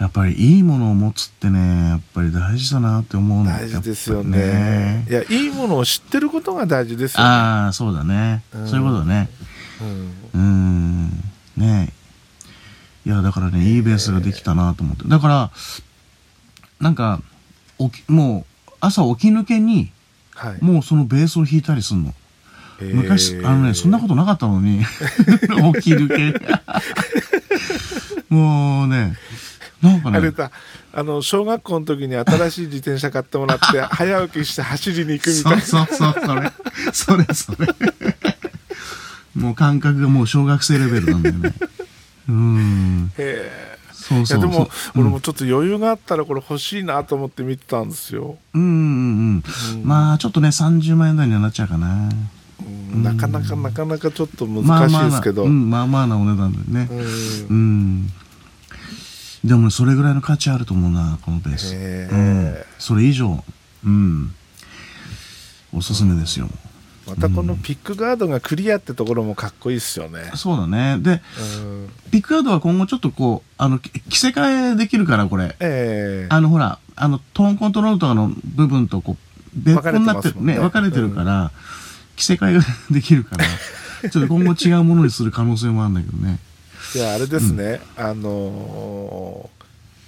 B: やっぱりいいものを持つってね、やっぱり大事だなって思うの
A: 大事ですよね。いやいいものを知ってることが大事ですよ、ね
B: ああ、そうだね、
A: うん
B: そういうことだね。
A: うん
B: うーん。ねえいや、だからね、いいベースができたなと思って。だから、なんか、起きもう、朝起き抜けに、
A: はい、
B: もうそのベースを弾いたりするの。昔、あのね、そんなこととなかったの に、起き抜け。もうね、なんか
A: あれ
B: ね、
A: だあの小学校の時に新しい自転車買ってもらって早起きして走りに行くみた
B: そ
A: いうな
B: そうそう、それ、それ、それ。もう感覚がもう小学生レベルなんだよね。うーん。
A: へえ
B: そう
A: い
B: そ
A: や
B: う
A: で
B: そう。
A: も俺もちょっと余裕があったらこれ欲しいなと思って見てたんですよ、
B: うんうんうん。まあ、ちょっとね、30万円台にはなっちゃうかな。
A: うんなかなかなかなかちょっと
B: まあ
A: 難し
B: ま
A: い
B: あ
A: で
B: な、
A: すけど、
B: うん、まあまあなお値段だよね。
A: うん
B: うん。でもね、それぐらいの価値あると思うな、このベース。
A: へ
B: うん
A: え。
B: それ以上、うん。おすすめですよ。
A: またこのピックガードがクリアってところもかっこいいっすよね。
B: そうだね。で、
A: うん、
B: ピックアウトは今後ちょっとこう、あの、き着せ替えできるから、これ。
A: ええ
B: あの、ほら、あの、トーンコントロールとかの部分と、こう、別個になってるね。分
A: 分
B: か
A: か
B: れ
A: れ
B: て
A: て
B: る
A: ますもんね
B: から、着せ替えができる から、ちょっと今後違うものにする可能性もあるんだけどね。
A: いやあれですね、あの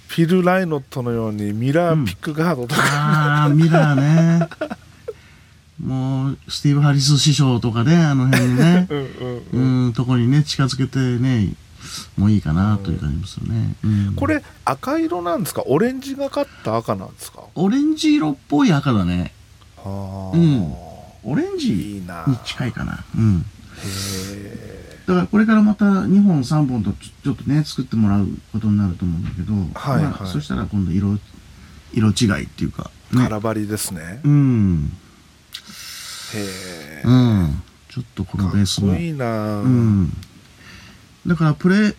A: ーフィル・ライノットのようにミラーピックガードとか、
B: あー、ミラーね。もう、スティーブ・ハリス師匠とかね、あの辺にね
A: う、んうん
B: うん、とこにね、近づけてね、もういいかなという感じですよね。うん
A: これ赤色なんですかオレンジがかった赤なんですか
B: オレンジ色っぽい赤だね。
A: あー
B: うんオレン
A: い
B: ジ
A: いな
B: に近いかな。うん。
A: へ
B: だからこれからまた2本3本とちょちょっとね作ってもらうことになると思うんだけど、
A: はいはい
B: まあそしたら今度色色違いっていうか、
A: え
B: ね、
A: 空張りですね
B: うん
A: へえ
B: うんちょっとこ
A: か
B: の
A: っ
B: ベース
A: こ
B: も
A: いいな、
B: うんだからプレイ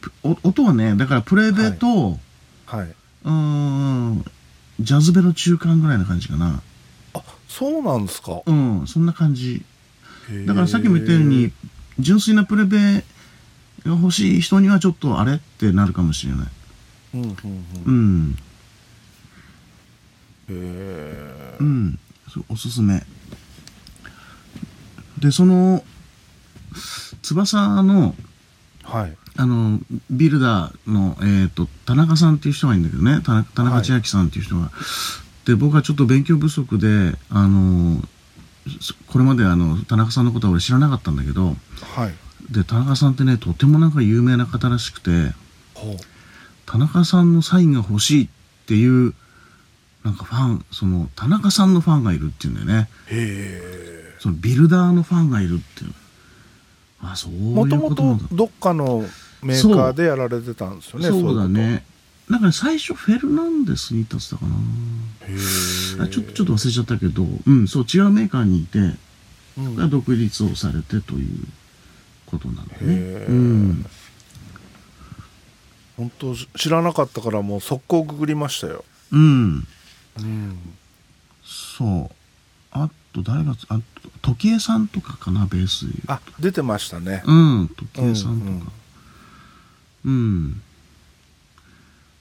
B: プお音はねだからプレベと、
A: はいう
B: ーんジャズベの中間ぐらいな感じかな
A: あそうなんですか
B: うんそんな感じ
A: へえ
B: だからさっきも言ったように純粋なプレベが欲しい人にはちょっとあれってなるかもしれない
A: うんうんう
B: うん
A: へ
B: ん
A: え
B: うん、そうおすすめ。で、その、翼の、
A: はい
B: あの、ビルダーの、えっ、と、田中さんっていう人がいるんだけどね、田中田中千秋さんっていう人が、で、僕はちょっと勉強不足で、あの、そこれまであの、田中さんのことは俺知らなかったんだけど、
A: はい
B: で、田中さんってね、とてもなんか有名な方らしくて、
A: ほう
B: 田中さんのサインが欲しいっていう、なんかファン、その、田中さんのファンがいるっていうんだよね。
A: へえ
B: そのビルダーのファンがいるっていう。あ、そう
A: も
B: い
A: と
B: う
A: も
B: ことな
A: と
B: んだ。
A: どっかのメーカーでやられてたんですよね
B: そうだ
A: い
B: ね。なんかね、最初フェルナンデスに立ってたかな。
A: ことへえ
B: あちょっと、ちょっと忘れちゃったけど、うん、そう、違うメーカーにいて、
A: うん
B: 独立をされてということなんだよね
A: へ。ー
B: うん。
A: 本当知らなかったからもう速攻ググりましたよ、
B: うん。
A: うん、
B: そう。あと、誰がつ、あと、時計さんとかかな、ベースで言う。
A: あ出てましたね
B: うん、時計さんとか。うん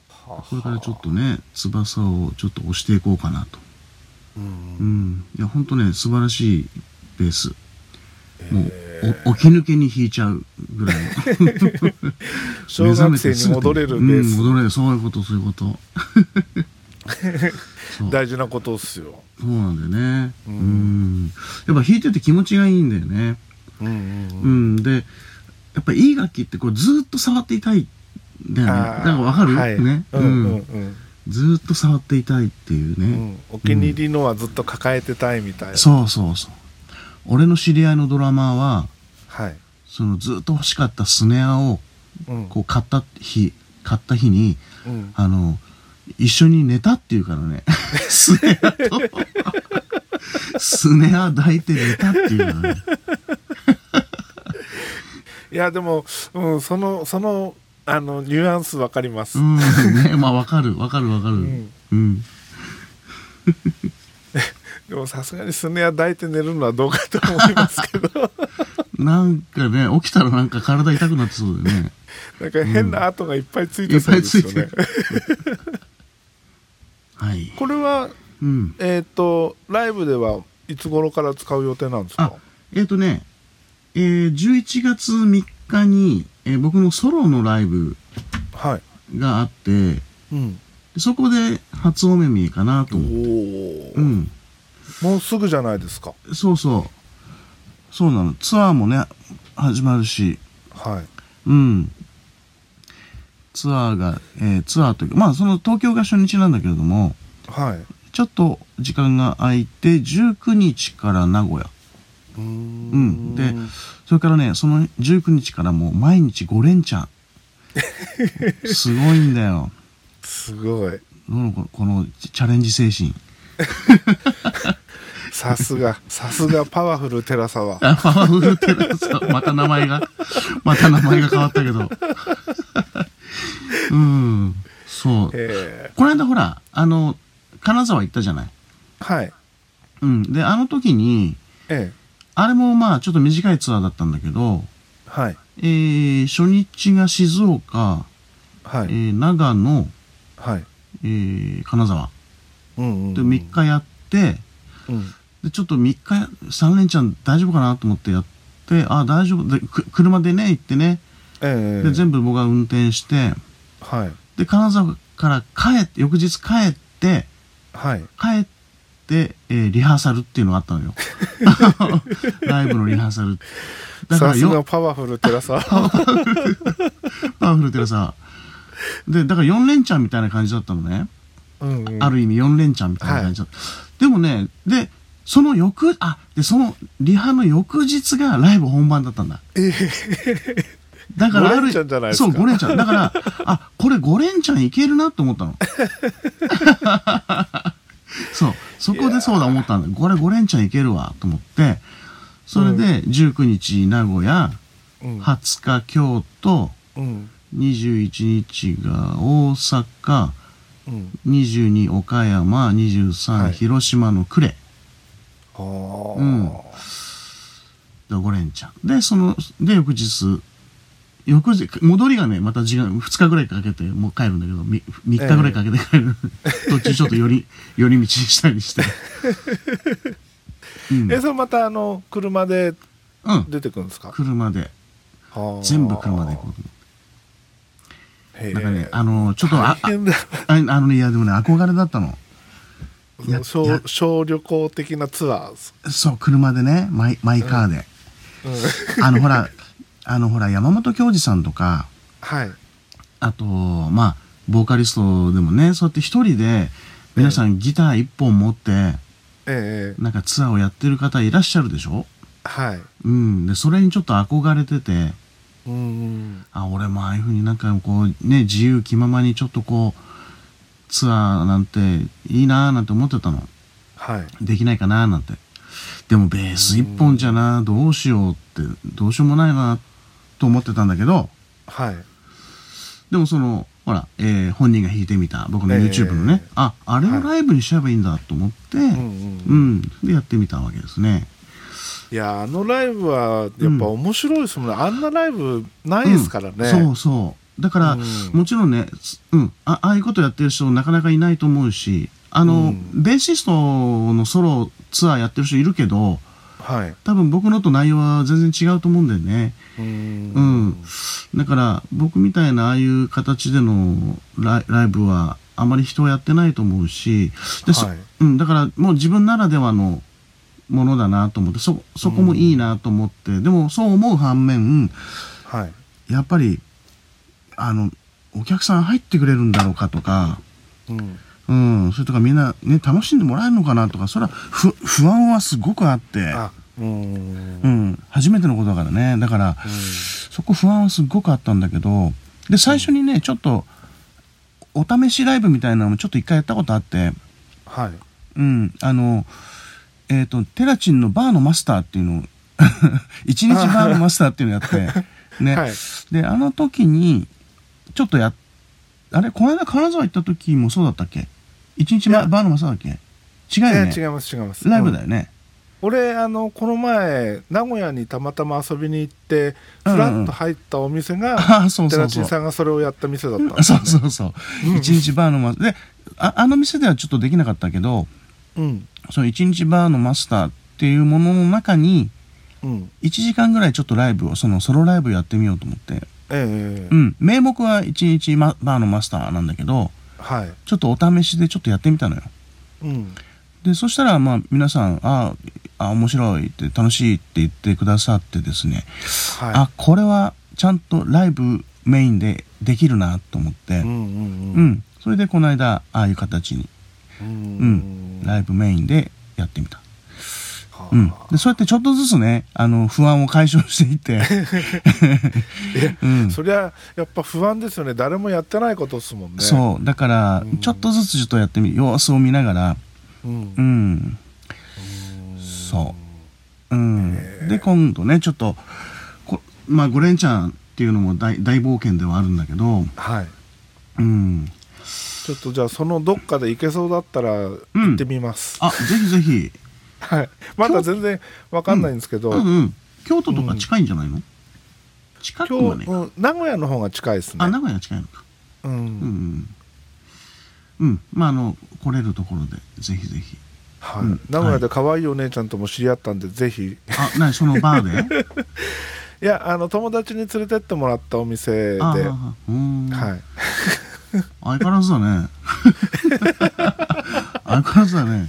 A: は
B: これからちょっとね、翼をちょっと押していこうかなと。
A: うん
B: うん。いや、ほんとね、素晴らしいベース。もう、お起き抜けに弾いちゃうぐらい。
A: 小学生に戻れるベー
B: うん、
A: ス、
B: 戻れる。そういうこと、そういうこと。うん
A: 大事なことっすよ、
B: そうなんだよね。う
A: うんん。
B: やっぱ弾いてて気持ちがいいんだよね。
A: うん
B: う
A: うん
B: ん。で、やっぱいい楽器ってこうずーっと触っていたいんだよね。だ
A: あー
B: からわかる、
A: はい
B: ね。
A: うんうんうん、
B: ずーっと触っていたいっていうね。
A: うん、お気に入りのはずっと抱えてたいみたいな、
B: そうそうそう。俺の知り合いのドラマーは、
A: はい、
B: そのずっと欲しかったスネアを、
A: うん
B: こう買った日、買った日に、
A: うん、
B: あの、一緒に寝たっていうから ね。スネアと、スネア抱いて寝たっていうからね。
A: いやでも、うん、そのそのあのニュアンスわかります、
B: うん、ね、まあわかる、わかるわかる。
A: ん
B: うん。
A: でもさすがにスネア抱いて寝るのはどうかと思いますけ ど
B: なんかね、起きたらなんか体痛くなってそうだよね。
A: なんか変な跡がいっぱいつい
B: い
A: て
B: っ
A: そう
B: ぱい
A: で
B: つ
A: す
B: い
A: よ
B: て
A: ね
B: る。はい。
A: これは
B: うん。
A: えっ、とライブではいつ頃から使う予定なんです
B: あ
A: か、
B: えっ、とね、えー11月3日に、えー僕のソロのライブ
A: はい、
B: があって、
A: うん、
B: そこで初お目見えかなと
A: お
B: 思う。
A: お、
B: うん。
A: もうすぐじゃないですか
B: そうそう。そうなの。ツアーもね、始まるし、
A: はい
B: うん。ツアーが、えーツアーというか、まあその東京が初日なんだけれども、
A: はい
B: ちょっと時間が空いて、19日から名古屋。
A: うーん
B: うんでそれからね、その19日からもう毎日5連チャン。すごいんだよ。
A: すごい
B: どのこのこのチャレンジ精神。
A: さす がさすがパワフル寺沢
B: あ、パワフルテラス、また名前が、また名前が変わったけど。 うん。そう。
A: え
B: この間ほら、あの、金沢行ったじゃない。
A: ー、はい
B: うん。で、あの時に、
A: ええ
B: あれもまあちょっと短いツアーだったんだけど、
A: はい
B: えー、初日が静岡、
A: は
B: え
A: い、
B: ー、長野、
A: はい
B: えー、金沢。
A: うんうん
B: で、3日やって、
A: うん
B: で、ちょっと3日、3連チャン大丈夫かなと思ってやって、あ、大丈夫。で、く車でね、行ってね。
A: ええ
B: で、全部僕が運転して、
A: はい
B: で、金沢から帰って、翌日帰って、
A: はい
B: 帰って、えーリハーサルっていうのがあった のよ。ライブのリハーサル。だか
A: さ
B: ら
A: すが
B: よ、
A: パワフルテラ サ
B: パワフルってさ、で、だから4連チャンみたいな感じだったのね。
A: うん、うん、
B: ある意味4連チャンみたいな感じだった。でもね、で、その翌、あ、で、そのリハの翌日がライブ本番だったんだ。
A: ええ
B: だからある、
A: 五連チャンじゃないですか
B: そう、5連チャン。だから、あ、これ5連チャンいけるなと思っ たの。そう、そこでそうだ思ったんだ。これ5連チャンいけるわと思って、それで19日名古屋、
A: うん
B: 20日京都、
A: うん
B: 21日が大阪、
A: うん
B: 22岡山、23、
A: はい
B: 広島の呉。
A: ああ、
B: うんで、5連チャン。で、その、で、翌日、翌日、戻りがね、また時間、2日ぐらいかけて、もう帰るんだけど、3, 日ぐらいかけて帰る。 途中ちょっ と寄り、寄り道したりして。うん。
A: えそれまたあの車で
B: うん。
A: 出てくるんですか
B: 車で、
A: あー
B: 全部車で行こうと
A: へえ
B: 思って。なんかね、あの、ちょっと、あ、あ
A: 大変だ
B: ああのね、いや、でもね、憧れだったの。いやいや
A: 小小旅行的なツアー です、
B: そう、車でね、マイ、マイカーで。
A: うん、
B: あの、ほら、あの、ほら、山本教授さんとか、
A: はい
B: あと、まあ、ボーカリストでもね、そうやって一人で、皆さんギター一本持って、
A: ええ
B: なんかツアーをやってる方いらっしゃるでしょ
A: はい
B: うん。で、それにちょっと憧れてて、
A: うん
B: あ、俺もああいうふうになんかこう、ね、自由気ままにちょっとこう、ツアーなんていいなーなんて思ってたの。
A: はい
B: できないかなーなんて。でもベース一本じゃな、どうしようって、どうしようもないなと思ってたんだけど、
A: はい
B: でもその、ほら、えー本人が弾いてみた、僕の
A: ええ
B: YouTube のね、あ、あれをライブにしちゃえばいいんだと思って、
A: うんうん
B: うん、で、やってみたわけですね。
A: いやあのライブはやっぱ面白いですもんね、あんなライブないですからね、
B: そうそう。だから、
A: うん
B: もちろんね、すうんあ、ああいうことやってる人なかなかいないと思うし、あの、
A: うん
B: ベーシストのソロツアーやってる人いるけど、
A: はい
B: 多分僕のと内容は全然違うと思うんだよね。
A: うん
B: うん。だから、僕みたいなああいう形でのライライブは、あまり人はやってないと思うし、でそ
A: はい
B: うん、だからもう自分ならではのものだなと思って、そ、そこもいいなと思って、でもそう思う反面、
A: はい
B: やっぱり、あの、お客さん入ってくれるんだろうかとか、
A: うん
B: うん、それとかみんなね、楽しんでもらえるのかなとか、それは不不安はすごくあって、
A: あうん
B: うん、初めてのことだからね、だから、そこ不安はすごくあったんだけど、で、最初にね、ちょっと、お試しライブみたいなのもちょっと一回やったことあって、
A: はい
B: うん、あの、えっ、と、テラチンのバーのマスターっていうのを、 一日バーのマスターっていうのや って、ね、
A: はい
B: で、あの時に、ちょっとやっ、あれ、この間金沢行った時もそうだったっけ一日
A: い
B: バ
A: や
B: ーのマスターだっけ違うよ
A: え
B: ね。
A: 違います違います
B: ライブだ
A: うん
B: よね。
A: 俺あのこの前名古屋にたまたま遊びに行って
B: うんうん
A: ふらっと入ったお店 が、
B: ああ、そうそ
A: 寺
B: う
A: 地
B: そう。
A: さんがそれをやった店だったんで
B: あ
A: す
B: そ
A: ね
B: うそうそう
A: う。ん
B: 一日バーのマスター。で、ああの店ではちょっとできなかったけど、
A: うん
B: その一日バーのマスターっていうものの中に、
A: うん
B: 1時間ぐらいちょっとライブを、そのソロライブやってみようと思って。
A: ええ
B: うん。名目は一日まバーのマスターなんだけど、
A: はい
B: ちょっとお試しでちょっとやってみたのよ。
A: うん
B: で、そしたら、まあ、皆さん、ああ、面白いって、楽しいって言ってくださってですね、
A: はい
B: あ、これはちゃんとライブメインでできるなと思って、う
A: うん
B: ん、
A: うんうん
B: それでこの間、ああいう形に、
A: う
B: うんん、ライブメインでやってみた。
A: はあ
B: うん。で、そうやってちょっとずつね、あの、不安を解消していって、うん。
A: そりゃやっぱ不安ですよね誰もやってないことですもんね
B: そう。だから
A: うん、
B: ちょっとずつちょっとやってみ、様子を見ながら、
A: う、ん
B: う、ん。そう。うん。で、今度ね、ちょっと、こまあ、5連チャンっていうのも大大冒険ではあるんだけど、
A: はい
B: うん。
A: ちょっとじゃあそのどっかで行けそうだったら行ってみます、
B: あ、ぜひぜひ、
A: はい、まだ全然わかんないんですけど、
B: うんうん。京都とか近いんじゃないの、近くは
A: 今
B: ね
A: 日、。うん名古屋の方が近いですね
B: あ、名古屋近いのか。
A: う、
B: うんんうん。うん。まあ、あの、来れるところで、ぜひぜひ。
A: はい
B: うん
A: 名古屋で可愛いお姉ちゃんとも知り合ったんでぜひ
B: あ、なに、その バーで
A: いやあの友達に連れてってもらったお店で
B: あ
A: はい
B: あ、うーん。相変わらず だね。相変わらずだね。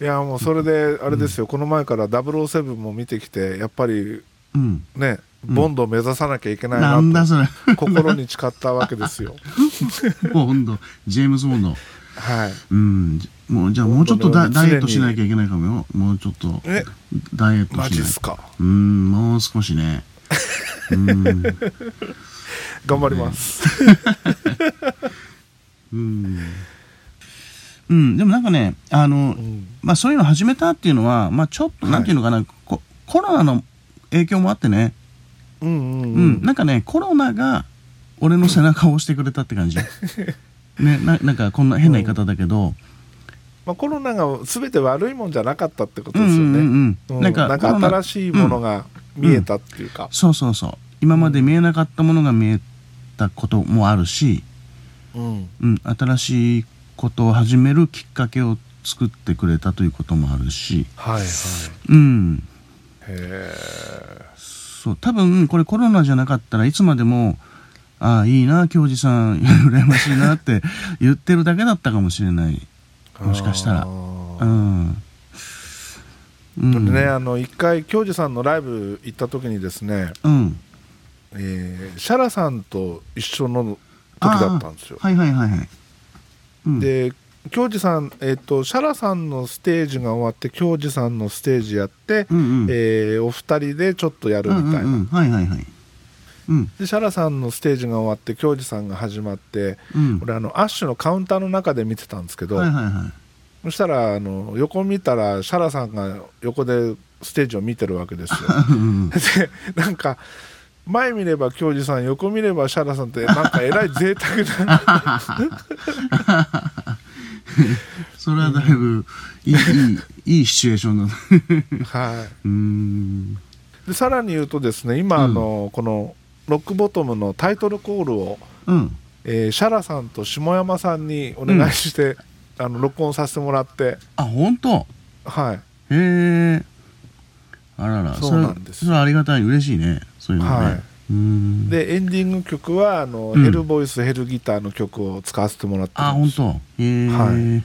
A: いやもうそれであれですよ、この前から007も見てきてやっぱり
B: うん。
A: ねボンドを目指さなきゃいけないなと、
B: なんだそれ。
A: 心に誓ったわけですよ
B: もうほんと、ジェームズ・ボンド。
A: はい
B: うん。じもう、じゃあもうちょっとダ
A: ボンドの常
B: ダ
A: に
B: イエットしなきゃいけないかもよ。もうちょっと。
A: え
B: ダイエットしな
A: マ
B: い
A: ジっ
B: と
A: すか
B: うーん、もう少しね。うーん。う
A: 頑張ります、
B: ーん。うん、でもなんかね、あの、
A: うん
B: まあそういうの始めたっていうのは、まあちょっと、
A: はい
B: なんていうのかな、こコロナの影響もあってね、
A: うんうん
B: うん、なんかね、コロナが俺の背中を押してくれたって 感じ。ね、ななんかこんな変な言い方だけど、
A: まあ、コロナが全て悪いもんじゃなかったってこと
B: うん
A: で
B: う
A: すよ
B: ん
A: ね、
B: うんうん。
A: なんか
B: コロナ
A: 新しいものが見えたっていうか、
B: そうそうそう。今まで見えなかったものが見えたこともあるし、
A: うん
B: うん、新しいことを始めるきっかけを作ってくれたということもあるし、
A: はいはい
B: うん、
A: へ
B: そう、多分これコロナじゃなかったらいつまでも、ああ、いいな、京二さん、 羨ましいなって言ってるだけだったかもしれない。
A: え
B: もしかしたら
A: ら
B: うん。う
A: ね、
B: ん。
A: あの一回京二さんのライブ行った時にですね、
B: うん。
A: えーシャラさんと一緒の時だったんですよ、
B: はいはいはいはい。うん、
A: で京二さん、えっとシャラさんのステージが終わって京二さんのステージやって、
B: うんうん、
A: えーお二人でちょっとやるみたいな、
B: うんうんうん、はいはいはい。うん。
A: でシャラさんのステージが終わって京二さんが始まって
B: うん。
A: 俺あのアッシュのカウンターの中で見てたんですけど、
B: はいはいはい。
A: そしたらあの横見たらシャラさんが横でステージを見てるわけですよ。
B: うん
A: でなんか前見れば京二さん横見ればシャラさんってなんかえらい贅沢な
B: それはだいぶいい、いい、いいシチュエーションだな。
A: は
B: うーん。
A: い、でさらに言うとですね今、あのこの「ロックボトム」のタイトルコールを、
B: うん。
A: えーシャラさんと下山さんにお願いして、あの録音させてもらって、
B: あ、本当
A: はい
B: へえ。あらら、
A: そうなんです
B: それそれはありがたい、嬉しいね。そういうのね。
A: はいう
B: ーん。
A: でエンディング曲はあの、
B: うん
A: ヘルボイスヘルギターの曲を使わせてもらってる
B: あ、
A: んで
B: 本
A: す
B: 当へえ。
A: はい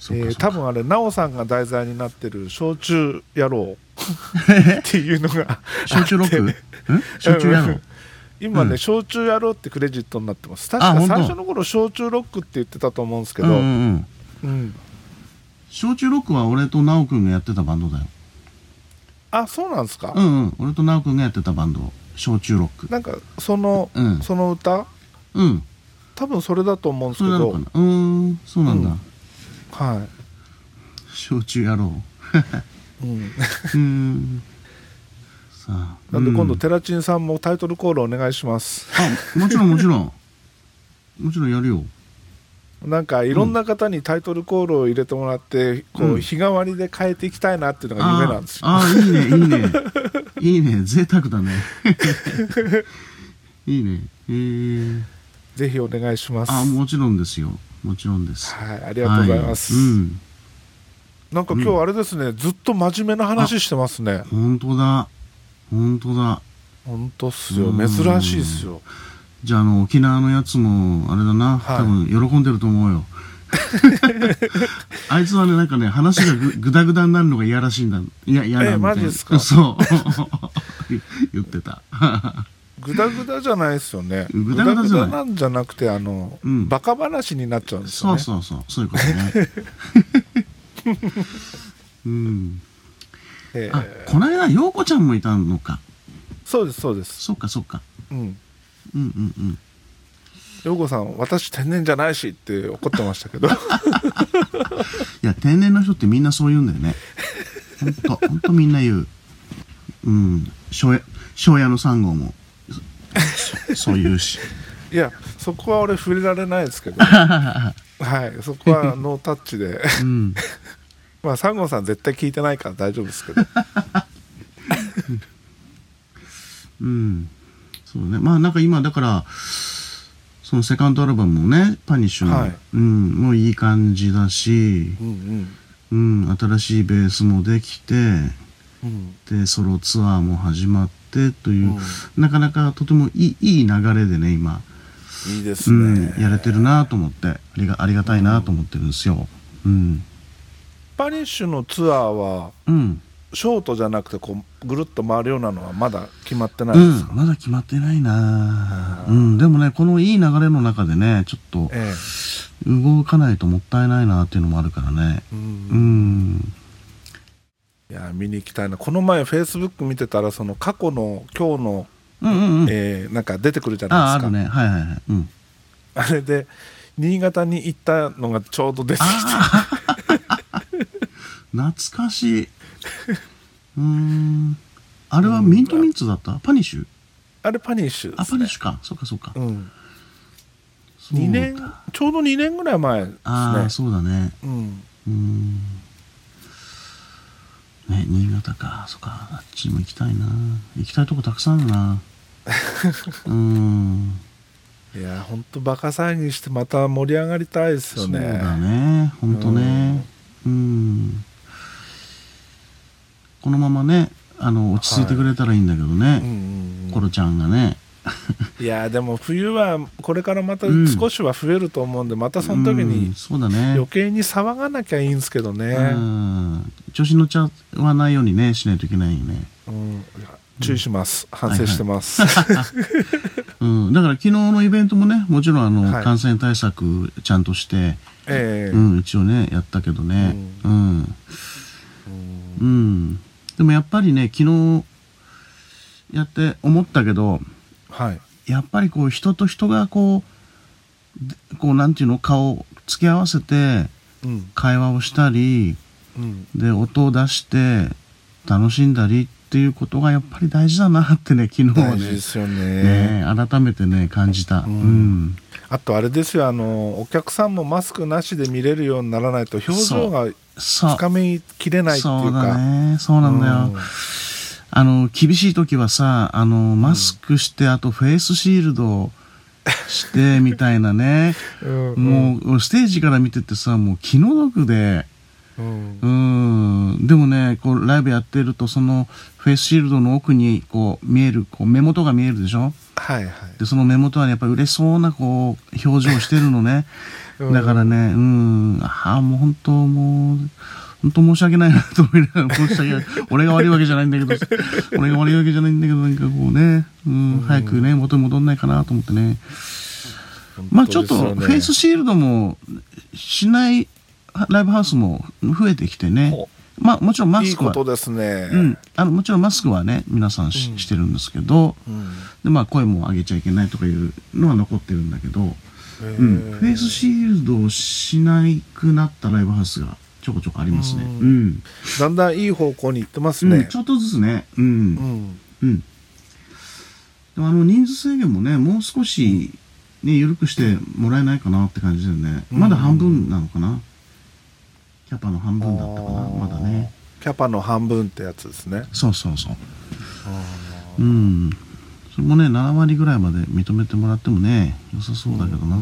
B: そっ
A: え
B: か
A: ー
B: そっか
A: 多分あれ奈緒さんが題材になってる「焼酎野郎」 っていうのが
B: 焼酎ロックん焼酎やろう。
A: 今ね、
B: うん
A: 焼酎野郎ってクレジットになってます確か
B: あ本当
A: 最初の頃焼酎ロックって言ってたと思うんですけ
B: う
A: ど、
B: ん
A: う
B: うんん。焼酎ロックは俺と直くんがやってたバンドだよ。
A: あそうなんですか、
B: うんうん。俺と直くんがやってたバンド。焼酎ロック。
A: なんかその、
B: うん
A: その歌
B: うん。
A: 多分それだと思うんです
B: そ
A: け
B: れなの
A: ど
B: かなうーん、そうなんだ。
A: うんは
B: 焼酎やろ う。
A: い、うん、
B: うーんさあ。
A: なんで今度
B: う
A: テラチンさんもタイトルコールお願いします
B: あ、もちろんもちろん。もちろんやるよ。
A: なんかいろんな方にタイトルコールを入れてもらって、こ
B: う
A: うん日替わりで変えていきたいなっていうのが夢なんですよ
B: あーあー、いいね、いいね。いいね、贅沢 だね。いいね。えー、
A: ぜひお願いします
B: あ、もちろんですよ。もちろんです。
A: はい、あ
B: あ
A: りがとうございます。
B: うん。
A: なんか今日あれですね、ずっと真面目な話してますね。
B: 本当だ。本当だ。
A: 本当っすよ、
B: うん
A: 珍しいっすよ。
B: じゃあ、あの、沖縄のやつも、あれだな、
A: はい
B: 多分、喜んでると思 うよ。あいつはね、なんかね、話がぐぐだぐだになるのがいやらしいんだ。いや、嫌なんだ
A: え
B: よ。
A: マジっすか
B: そう。 言ってた。
A: グダグダじゃないっすよね。
B: グダグダじゃない
A: グダなんじゃなくて、あの、
B: うん
A: バカ話になっちゃうんです
B: そ
A: よ
B: う
A: ね。
B: そうそう、そういうことね。 うん。
A: え
B: あ
A: え、
B: こないだ、陽子ちゃんもいたのか。
A: そうです、そうです。
B: そっか、そっか。
A: うん。
B: うんうんうん。
A: ようこさん、私天然じゃないしって怒ってました けど。
B: いや、天然の人ってみんなそう言うんだよね。ほんと、 ほんとみんな言う。うん。庄屋、庄屋の三号も、そ そそう言うし。
A: いや、そこは俺 触れられないですけど。はい、そこはノータッチで。
B: うん。
A: まあ三郷さん絶対聞いてないから大丈夫ですけど
B: うん。そうね。まあなんか今だから、そのセカンドアルバムもね、パニッシュの、
A: はい
B: うん、もういい感じだし、
A: うん
B: うん、新しいベースもできて、
A: うんうん
B: で、ソロツアーも始まってという、
A: う
B: なかなかとてもいいいい流れでね、今、
A: いいです
B: う
A: ね、
B: ん、やれてるなと思って、ありが、ありがたいなと思ってるんですよ。うん。
A: パニッシュのツアーは
B: うん。
A: ショートじゃなくてこうぐるっと回るようなのはまだ決まってな
B: う
A: いです
B: ん
A: か、、
B: まだ決まってないなうん、でもね、このいい流れの中でね、ちょっと
A: ええ
B: 動かないともったいないなっていうのもあるからね。
A: う、
B: うんん。
A: いや見に行きたいなこの前フェイスブック見てたらその過去の今日の、
B: うんうんうん。
A: えーなんか出てくるじゃ
B: あ
A: ない
B: あ、あ
A: ですか
B: るね。はいはいはい。 うん。
A: あれで新潟に行ったのがちょうど出てき
B: ああ懐 かしい。うーん。あれはミントミンツだったパニッシュ
A: あれパニッシュで
B: あ、
A: す、
B: パ
A: ね
B: ニッ、シュか。そうかそうか。
A: うん、
B: そうだ
A: 2年ちょうど2年ぐらい前ですね
B: ああ、そうだね。
A: うん、
B: うーん。ね、新潟か。そっか。あっちも行きたいな。行きたいとこたくさんあ るな。うーん。
A: いや本当バカ騒ぎしてまた盛り上がりたいですよ
B: そう
A: ね
B: だね。ほんとね。うん。このままね、あの、落ち着いてくれたらいいんだけど
A: うん
B: ね。
A: うん
B: コロちゃんがね。
A: うん、いやでも冬はこれからまた
B: うん
A: 少しは増えると思うんで、またその時
B: うん
A: に
B: そうだね
A: 余。計に騒がなきゃいいんですけどね、
B: うん。調子に乗っちゃわないようにね、しないといけないよね。
A: うん、注意します、反省してます、
B: うん。だから昨日のイベントもね、もちろんあの、
A: はい
B: 感染対策ちゃんとして、
A: ええ
B: うん、一応ね、やったけどね。うん。うん。でもやっぱりね、昨日、やって思ったけど、
A: はい
B: やっぱりこう、人と人がこうで、こう、なんていうの、顔を付き合わせて、
A: うん
B: 会話をしたり、
A: うん
B: で音を出して楽しんだりっていうことがやっぱり大事だなってね昨日は
A: 大
B: ね
A: 事ですよ
B: ね改めてね感じた、うん
A: あとあれですよあのお客さんもマスクなしで見れるようにならないと表情が
B: そ
A: つ
B: う
A: かみきれないってい
B: そううだ
A: か
B: ねそうなんだよ、あの厳しい時はさあのマスクして、あとフェイスシールドをしてみたいなね
A: うんうん
B: もうステージから見ててさもう気の毒で
A: うん
B: うんでもねこうライブやってるとそのフェイスシールドの奥にこう見えるこう目元が見えるでしょ
A: はいはい
B: でその目元はねやっぱり嬉しそうなこう表情をしてるのね、
A: うん
B: だからねうんああもう本当もう本当申し訳ないなと思いながら申し訳ない 俺が悪いわけじゃないんだけど 俺が悪いわけじゃないんだけどなんかこうね、うん早くね元に戻んないかなと思ってねまあちょっとフ
A: 本当
B: ェイ
A: です
B: ス
A: よね
B: シールドもしないライブハウスも増えてきてね
A: ほ
B: まあもちろんマ
A: い
B: ス
A: い
B: クは
A: ことですね
B: うん、あのもちろんマスクはね皆さんし,、してるんですけど、
A: うん
B: でまあ声も上げちゃいけないとかいうのは残ってるんだけど、うん、フェイスシールドをしなくなったライブハウスがちょこちょこありますね。うん。うん
A: だんだんいい方向に行ってますね
B: ちょっとずつね。う。
A: うんん
B: うん。でもあの人数制限もね、もう少し、ね、緩くしてもらえないかなって感じだよね。
A: うん
B: まだ半分なのかなキャパの半分だったかな
A: あー
B: まだね。
A: キャパの半分ってやつですね
B: そうそうそう。うん。それもね、7割ぐらいまで認めてもらってもね、良さそうだけどな。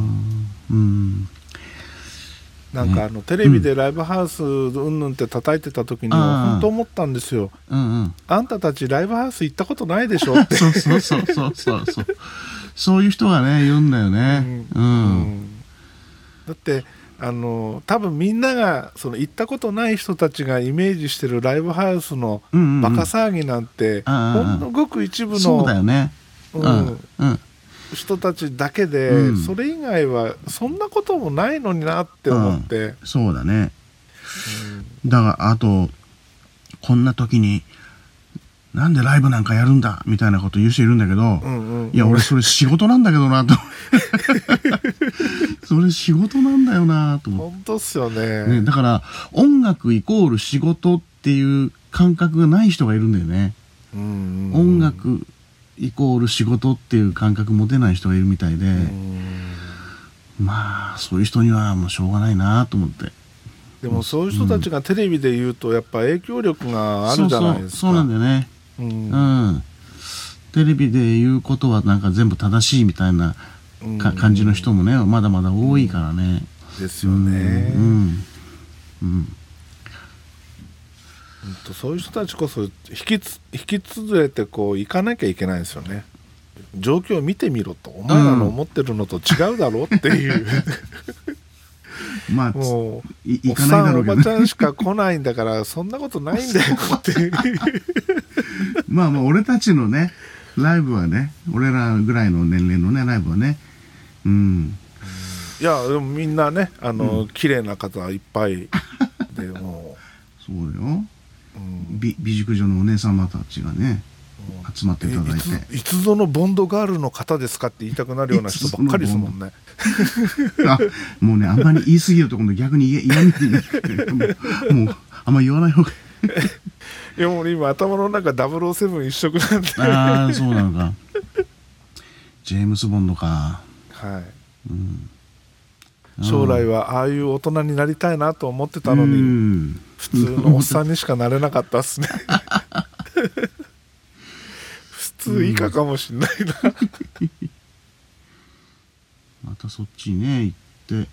B: うん。
A: なんかあのテレビでライブハウスうんぬんって叩いてた時に
B: あー
A: 本当思ったんですよ
B: うんうん。
A: あんたたちライブハウス行ったことないでしょって
B: そうそうそうそうそうそう。そういう人がね、いるんだよね。う
A: うん
B: ん。
A: だってあの多分みんながその行ったことない人たちがイメージしてるライブハウスの
B: うんうんうん
A: バカ騒ぎなんて、
B: あ
A: ほ
B: あ
A: んのごく一部
B: そうだ
A: の
B: よね。う。
A: うんん
B: うん。
A: 人たちだけで、
B: うん
A: それ以外はそんなこともないのになって思って、
B: そうだね。だが、あと、こんな時に、なんでライブなんかやるんだみたいなこと言う人いるんだけど、
A: うんうん
B: いや、俺それ仕事なんだけど な、と。それ仕事なんだよな、と思って
A: 本当っすよね
B: ね、だから音楽イコール仕事っていう感覚がない人がいるんだよね、
A: うんうん
B: 音楽イコール仕事っていう感覚持てない人がいるみたいで、
A: うん
B: まあそういう人にはもうしょうがないなと思って
A: でもそういう人たちがテレビで言うとやっぱ影響力があるじゃないですか。
B: そうそうそうなんだよね。
A: うん
B: うん。テレビで言うことはなんか全部正しいみたいなか感じの人もね、まだまだ多いからね。
A: ですよね。
B: う
A: ほん
B: ん。うん。
A: とそういう人たちこそ引きつ引き連れてこう行かなきゃいけないですよね。状況を見てみろとお前らの思ってるのと違うだろうっていう、
B: まあ、つ
A: もう
B: い
A: お
B: 行
A: っ
B: かない
A: さ
B: だ
A: ん
B: ろ
A: お
B: うけ
A: ば
B: ど
A: ち
B: ね。
A: ゃんしか来ないんだから そんなことないんだよっていう
B: まあまあ、俺たちのね、ライブはね、俺らぐらいの年齢のね、ライブはね、うん。
A: いやでもみんなねあの、綺麗な方いっぱいでも
B: そうだよ。
A: う、うん、
B: 美美塾女のお姉様たちがね、集まっていただいて。
A: えいついつぞのボンドガールの方ですかって言いたくなるような人ばっかりですもんね。
B: あもうね、あんまり言い過ぎると今度逆に嫌嫌みになるもう、もうあんま言わない方が。
A: いやもう今頭の中007一色なんで。
B: ああ、そうなのか。ジェームス・ボンドか。
A: はい。将来はああいう大人になりたいなと思ってたの
B: う
A: に、
B: ん。
A: 普通のおっさんにしかなれなかったっす ね。普通以下かもしんないな。
B: またそっちにね、行って。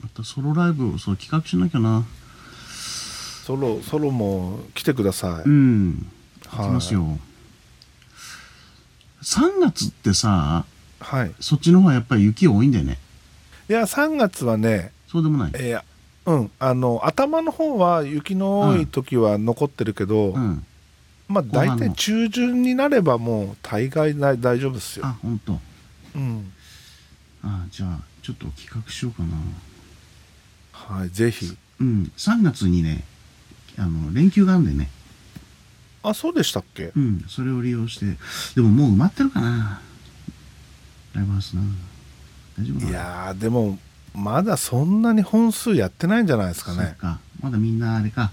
B: またソロライブをそう企画しなきゃな。
A: ソロ、ソロも来てくださ
B: う
A: い。
B: ん。行
A: はい
B: きますよ。3月ってさ、
A: はい。
B: そっちの方はやっぱり雪多いんだよね。
A: いや、3月はね、
B: そうでもない。
A: えーうん、あの、頭の方は雪の多い時は残ってるけど、
B: うん。
A: まあ
B: 後半
A: 大体
B: の
A: 中旬になればもう大概な大丈夫ですよ。
B: あ、ほんと。
A: うん。
B: あじゃあ、ちょっと企画しようかな。
A: はい、ぜひ。
B: うん、3月にね、あの、連休があるんでね、
A: あ、そうでしたっけ
B: うん、それを利用して、でももう埋まってるかな。ライブハウスな。大丈夫かない
A: やー、でも、まだそんなに本数やってないんじゃないですか
B: そっ
A: ね。
B: か。まだみんなあれか。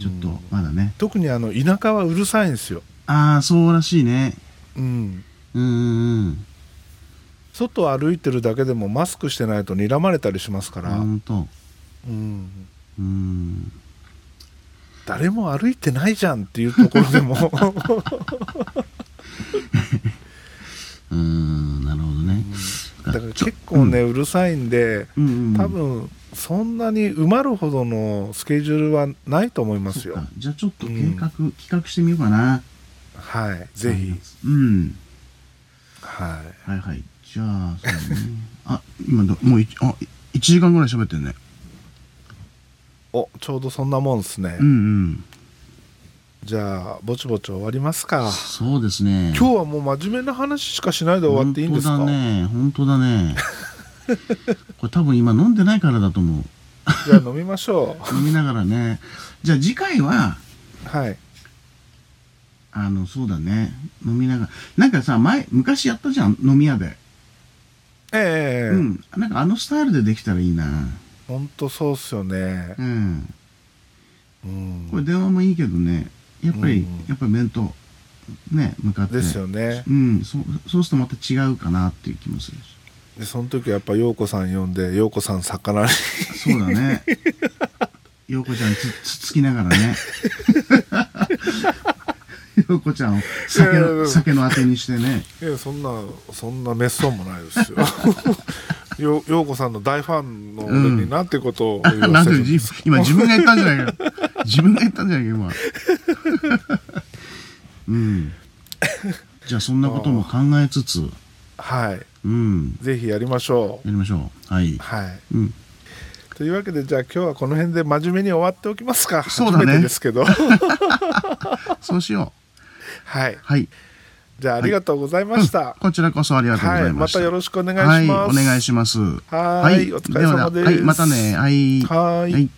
B: ちょっ
A: う
B: と
A: ん、
B: まだね。
A: 特にあの、田舎はうるさいんですよ。
B: ああ、そうらしいね。
A: うん。
B: うんうんうん。
A: 外歩いてるだけでもマスクしてないと睨まれたりしますから、
B: ほんと。
A: うん。
B: うん。
A: 誰も歩いてないじゃんっていうところで も、
B: うん、なるほどね。
A: だから結構ね、うるさいんで、
B: うんうんうん。
A: 多分、そんなに埋まるほどのスケジュールはないと思います
B: そっ
A: よ
B: か。。じゃあちょっと
A: う
B: 計
A: ん
B: 画、企画してみようかな。
A: はい、ぜひ。。
B: うん。
A: は
B: はいはい。じゃあ、 そうだね。あ、今ど、もうい、あ、1時間ぐらい喋ってるね。
A: い。お、ちょうどそんなもんですね。
B: うんうん。
A: じゃあ、ぼちぼち終わりますか。
B: そうですね。
A: 今日はもう真面目な話しかしないで終わっていいんですか。
B: 本当だね。本当 だね。これ多分今飲んでないからだと思う。
A: じゃあ飲みましょ
B: 飲みながらね。じゃあ次回は、
A: う。はい。
B: あの、そうだね。飲みながら。なんかさ、前、昔やったじゃん、飲み屋で。
A: ええ
B: うん。なんかあのスタイルでできたらいいな。
A: ほんとそうっすよね
B: う。ん。
A: うん
B: こ。れ電話もいいけどね。やっぱ
A: う
B: り、
A: ん
B: やっぱ面と、ね、向かって。
A: ですよね。
B: うん、そう、そうするとまた違うかなっていう気もするし。
A: で、その時はやっぱ陽子さん呼んで、陽子さん魚に。
B: そうだ ね。陽子ちゃんつ、つつきながらね。陽子ちゃんを酒
A: いやいやい
B: の、
A: や
B: 酒のあてにしてね。
A: いや、そんな、そんな滅相もないですよ。 よ陽子さんの大ファンの俺になんてことを言
B: な
A: わ
B: ん
A: せ
B: で
A: るん
B: 自
A: ですか、
B: 今自分が言ったん じゃないか。自分が言ったんじゃないか、今。うん。じゃあそんなことも考えつつ、
A: はい。
B: うん、
A: ぜひやりましょ。。
B: やりましょう。はいう
A: はい。
B: うん。
A: というわけでじゃあ今日はこの辺で真面目に終わっておきますか
B: そうだね
A: 初めてですけど
B: そうしよ
A: はい
B: うん。はい。
A: じゃあありがとうございました、
B: こちらこそありがとうご
A: は
B: ざ
A: い
B: いま
A: ま
B: した。
A: たよろしくお願いします、
B: はい、お願いします。
A: はーいお疲れ様です
B: ははい、またね。はい。
A: はーい
B: はい